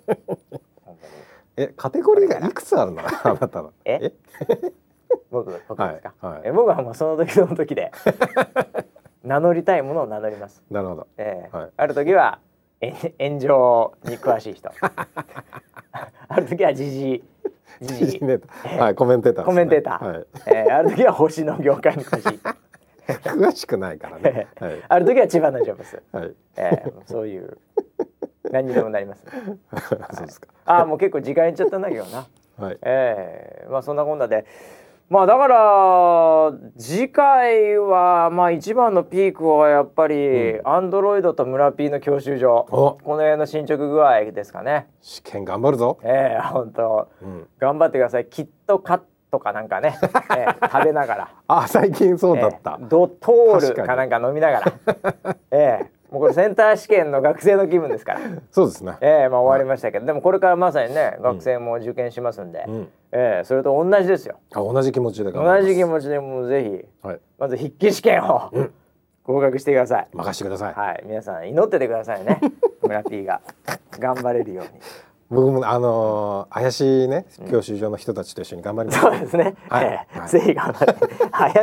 S1: 当に
S2: え、カテゴリーがいくつある
S1: <laughs>
S2: の、あなたの。
S1: え僕僕ですか、
S2: はいはい
S1: え僕はもうその時その時
S2: <laughs>
S1: で名乗りたいものを名乗ります、
S2: なるほど。
S1: ええ
S2: はい
S1: ある時はえ炎上に詳しい
S2: <laughs>
S1: 人ある時は時事時事、
S2: ね <laughs> はい、コメンテーターですね、
S1: コメンテーター、
S2: はい。
S1: ええある時は星の業界に詳しい
S2: 詳しくないから
S1: <laughs>
S2: ね。はい。
S1: ある時は千葉のジョブス、 <laughs>
S2: はい。
S1: ええもうそういう何にでもなります、ね、
S2: そうですか。
S1: ああもう結構時間いっちゃったんだけどな
S2: はい。
S1: ええまあそんなこんなでまあだから次回はまあ一番のピークはやっぱり
S2: う
S1: アンドロイドと村 P の教習所、
S2: お
S1: この辺の進捗具合ですかね
S2: 試験頑張るぞ。
S1: ええ本当
S2: うん。
S1: 頑張ってくださいキットカットかなんか
S2: <laughs>
S1: ね、ええ食べながら
S2: あ最近そうだった。
S1: ええドトール
S2: 確かに
S1: かなんか飲みながらええもうこれセンター試験の学生の気分ですから
S2: そうですね。
S1: ええまあ終わりましたけどでもこれからまさにね学生も受験しますんで、
S2: うん。
S1: ええそれと同じですよ
S2: あ同じ気持ちで頑張
S1: 同
S2: ります。
S1: じ気持ちでもうぜひ
S2: はい。
S1: まず筆記試験を合格してください。
S2: 任してください。
S1: はい、皆さん祈っててください <laughs> ね。村 P が頑張れるように。
S2: 僕もあのー怪しいね教習所の人たちと一緒に頑張ります。
S1: そうですね。
S2: はい
S1: ええ
S2: はい
S1: ぜひ頑張って。怪し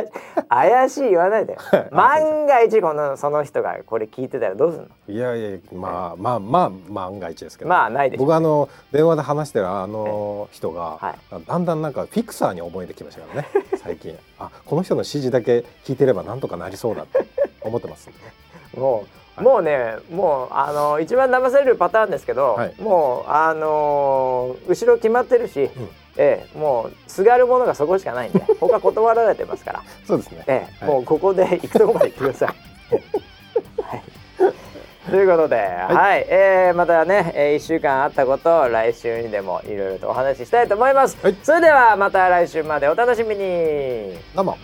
S1: 怪しい言わないでよ。 <laughs> 万が一このその人がこれ聞いてたらどうすんの？
S2: いやいやまあまあまあ万が一ですけど。
S1: まあないでしょう
S2: 僕あの電話で話してるあの人が、
S1: は
S2: だんだんなんかフィクサーに覚えてきましたからね最近あこの人の指示だけ聞いてればなんとかなりそうだって思ってますんでね、
S1: もう、
S2: はい
S1: もうねもうあの一番騙されるパターンですけど、
S2: はい
S1: もうあのー後ろ決まってるし、
S2: ん
S1: ええもうすがるものがそこしかないんで他断られてますから。
S2: そうですね、
S1: ええ、
S2: はい
S1: もうここで行くとこまで行ってください。はい、ということで、はい、えーまたね、えー、1週間あったことを来週にでもいろいろとお話ししたいと思います。
S2: はい
S1: それではまた来週までお楽しみに。
S2: どうも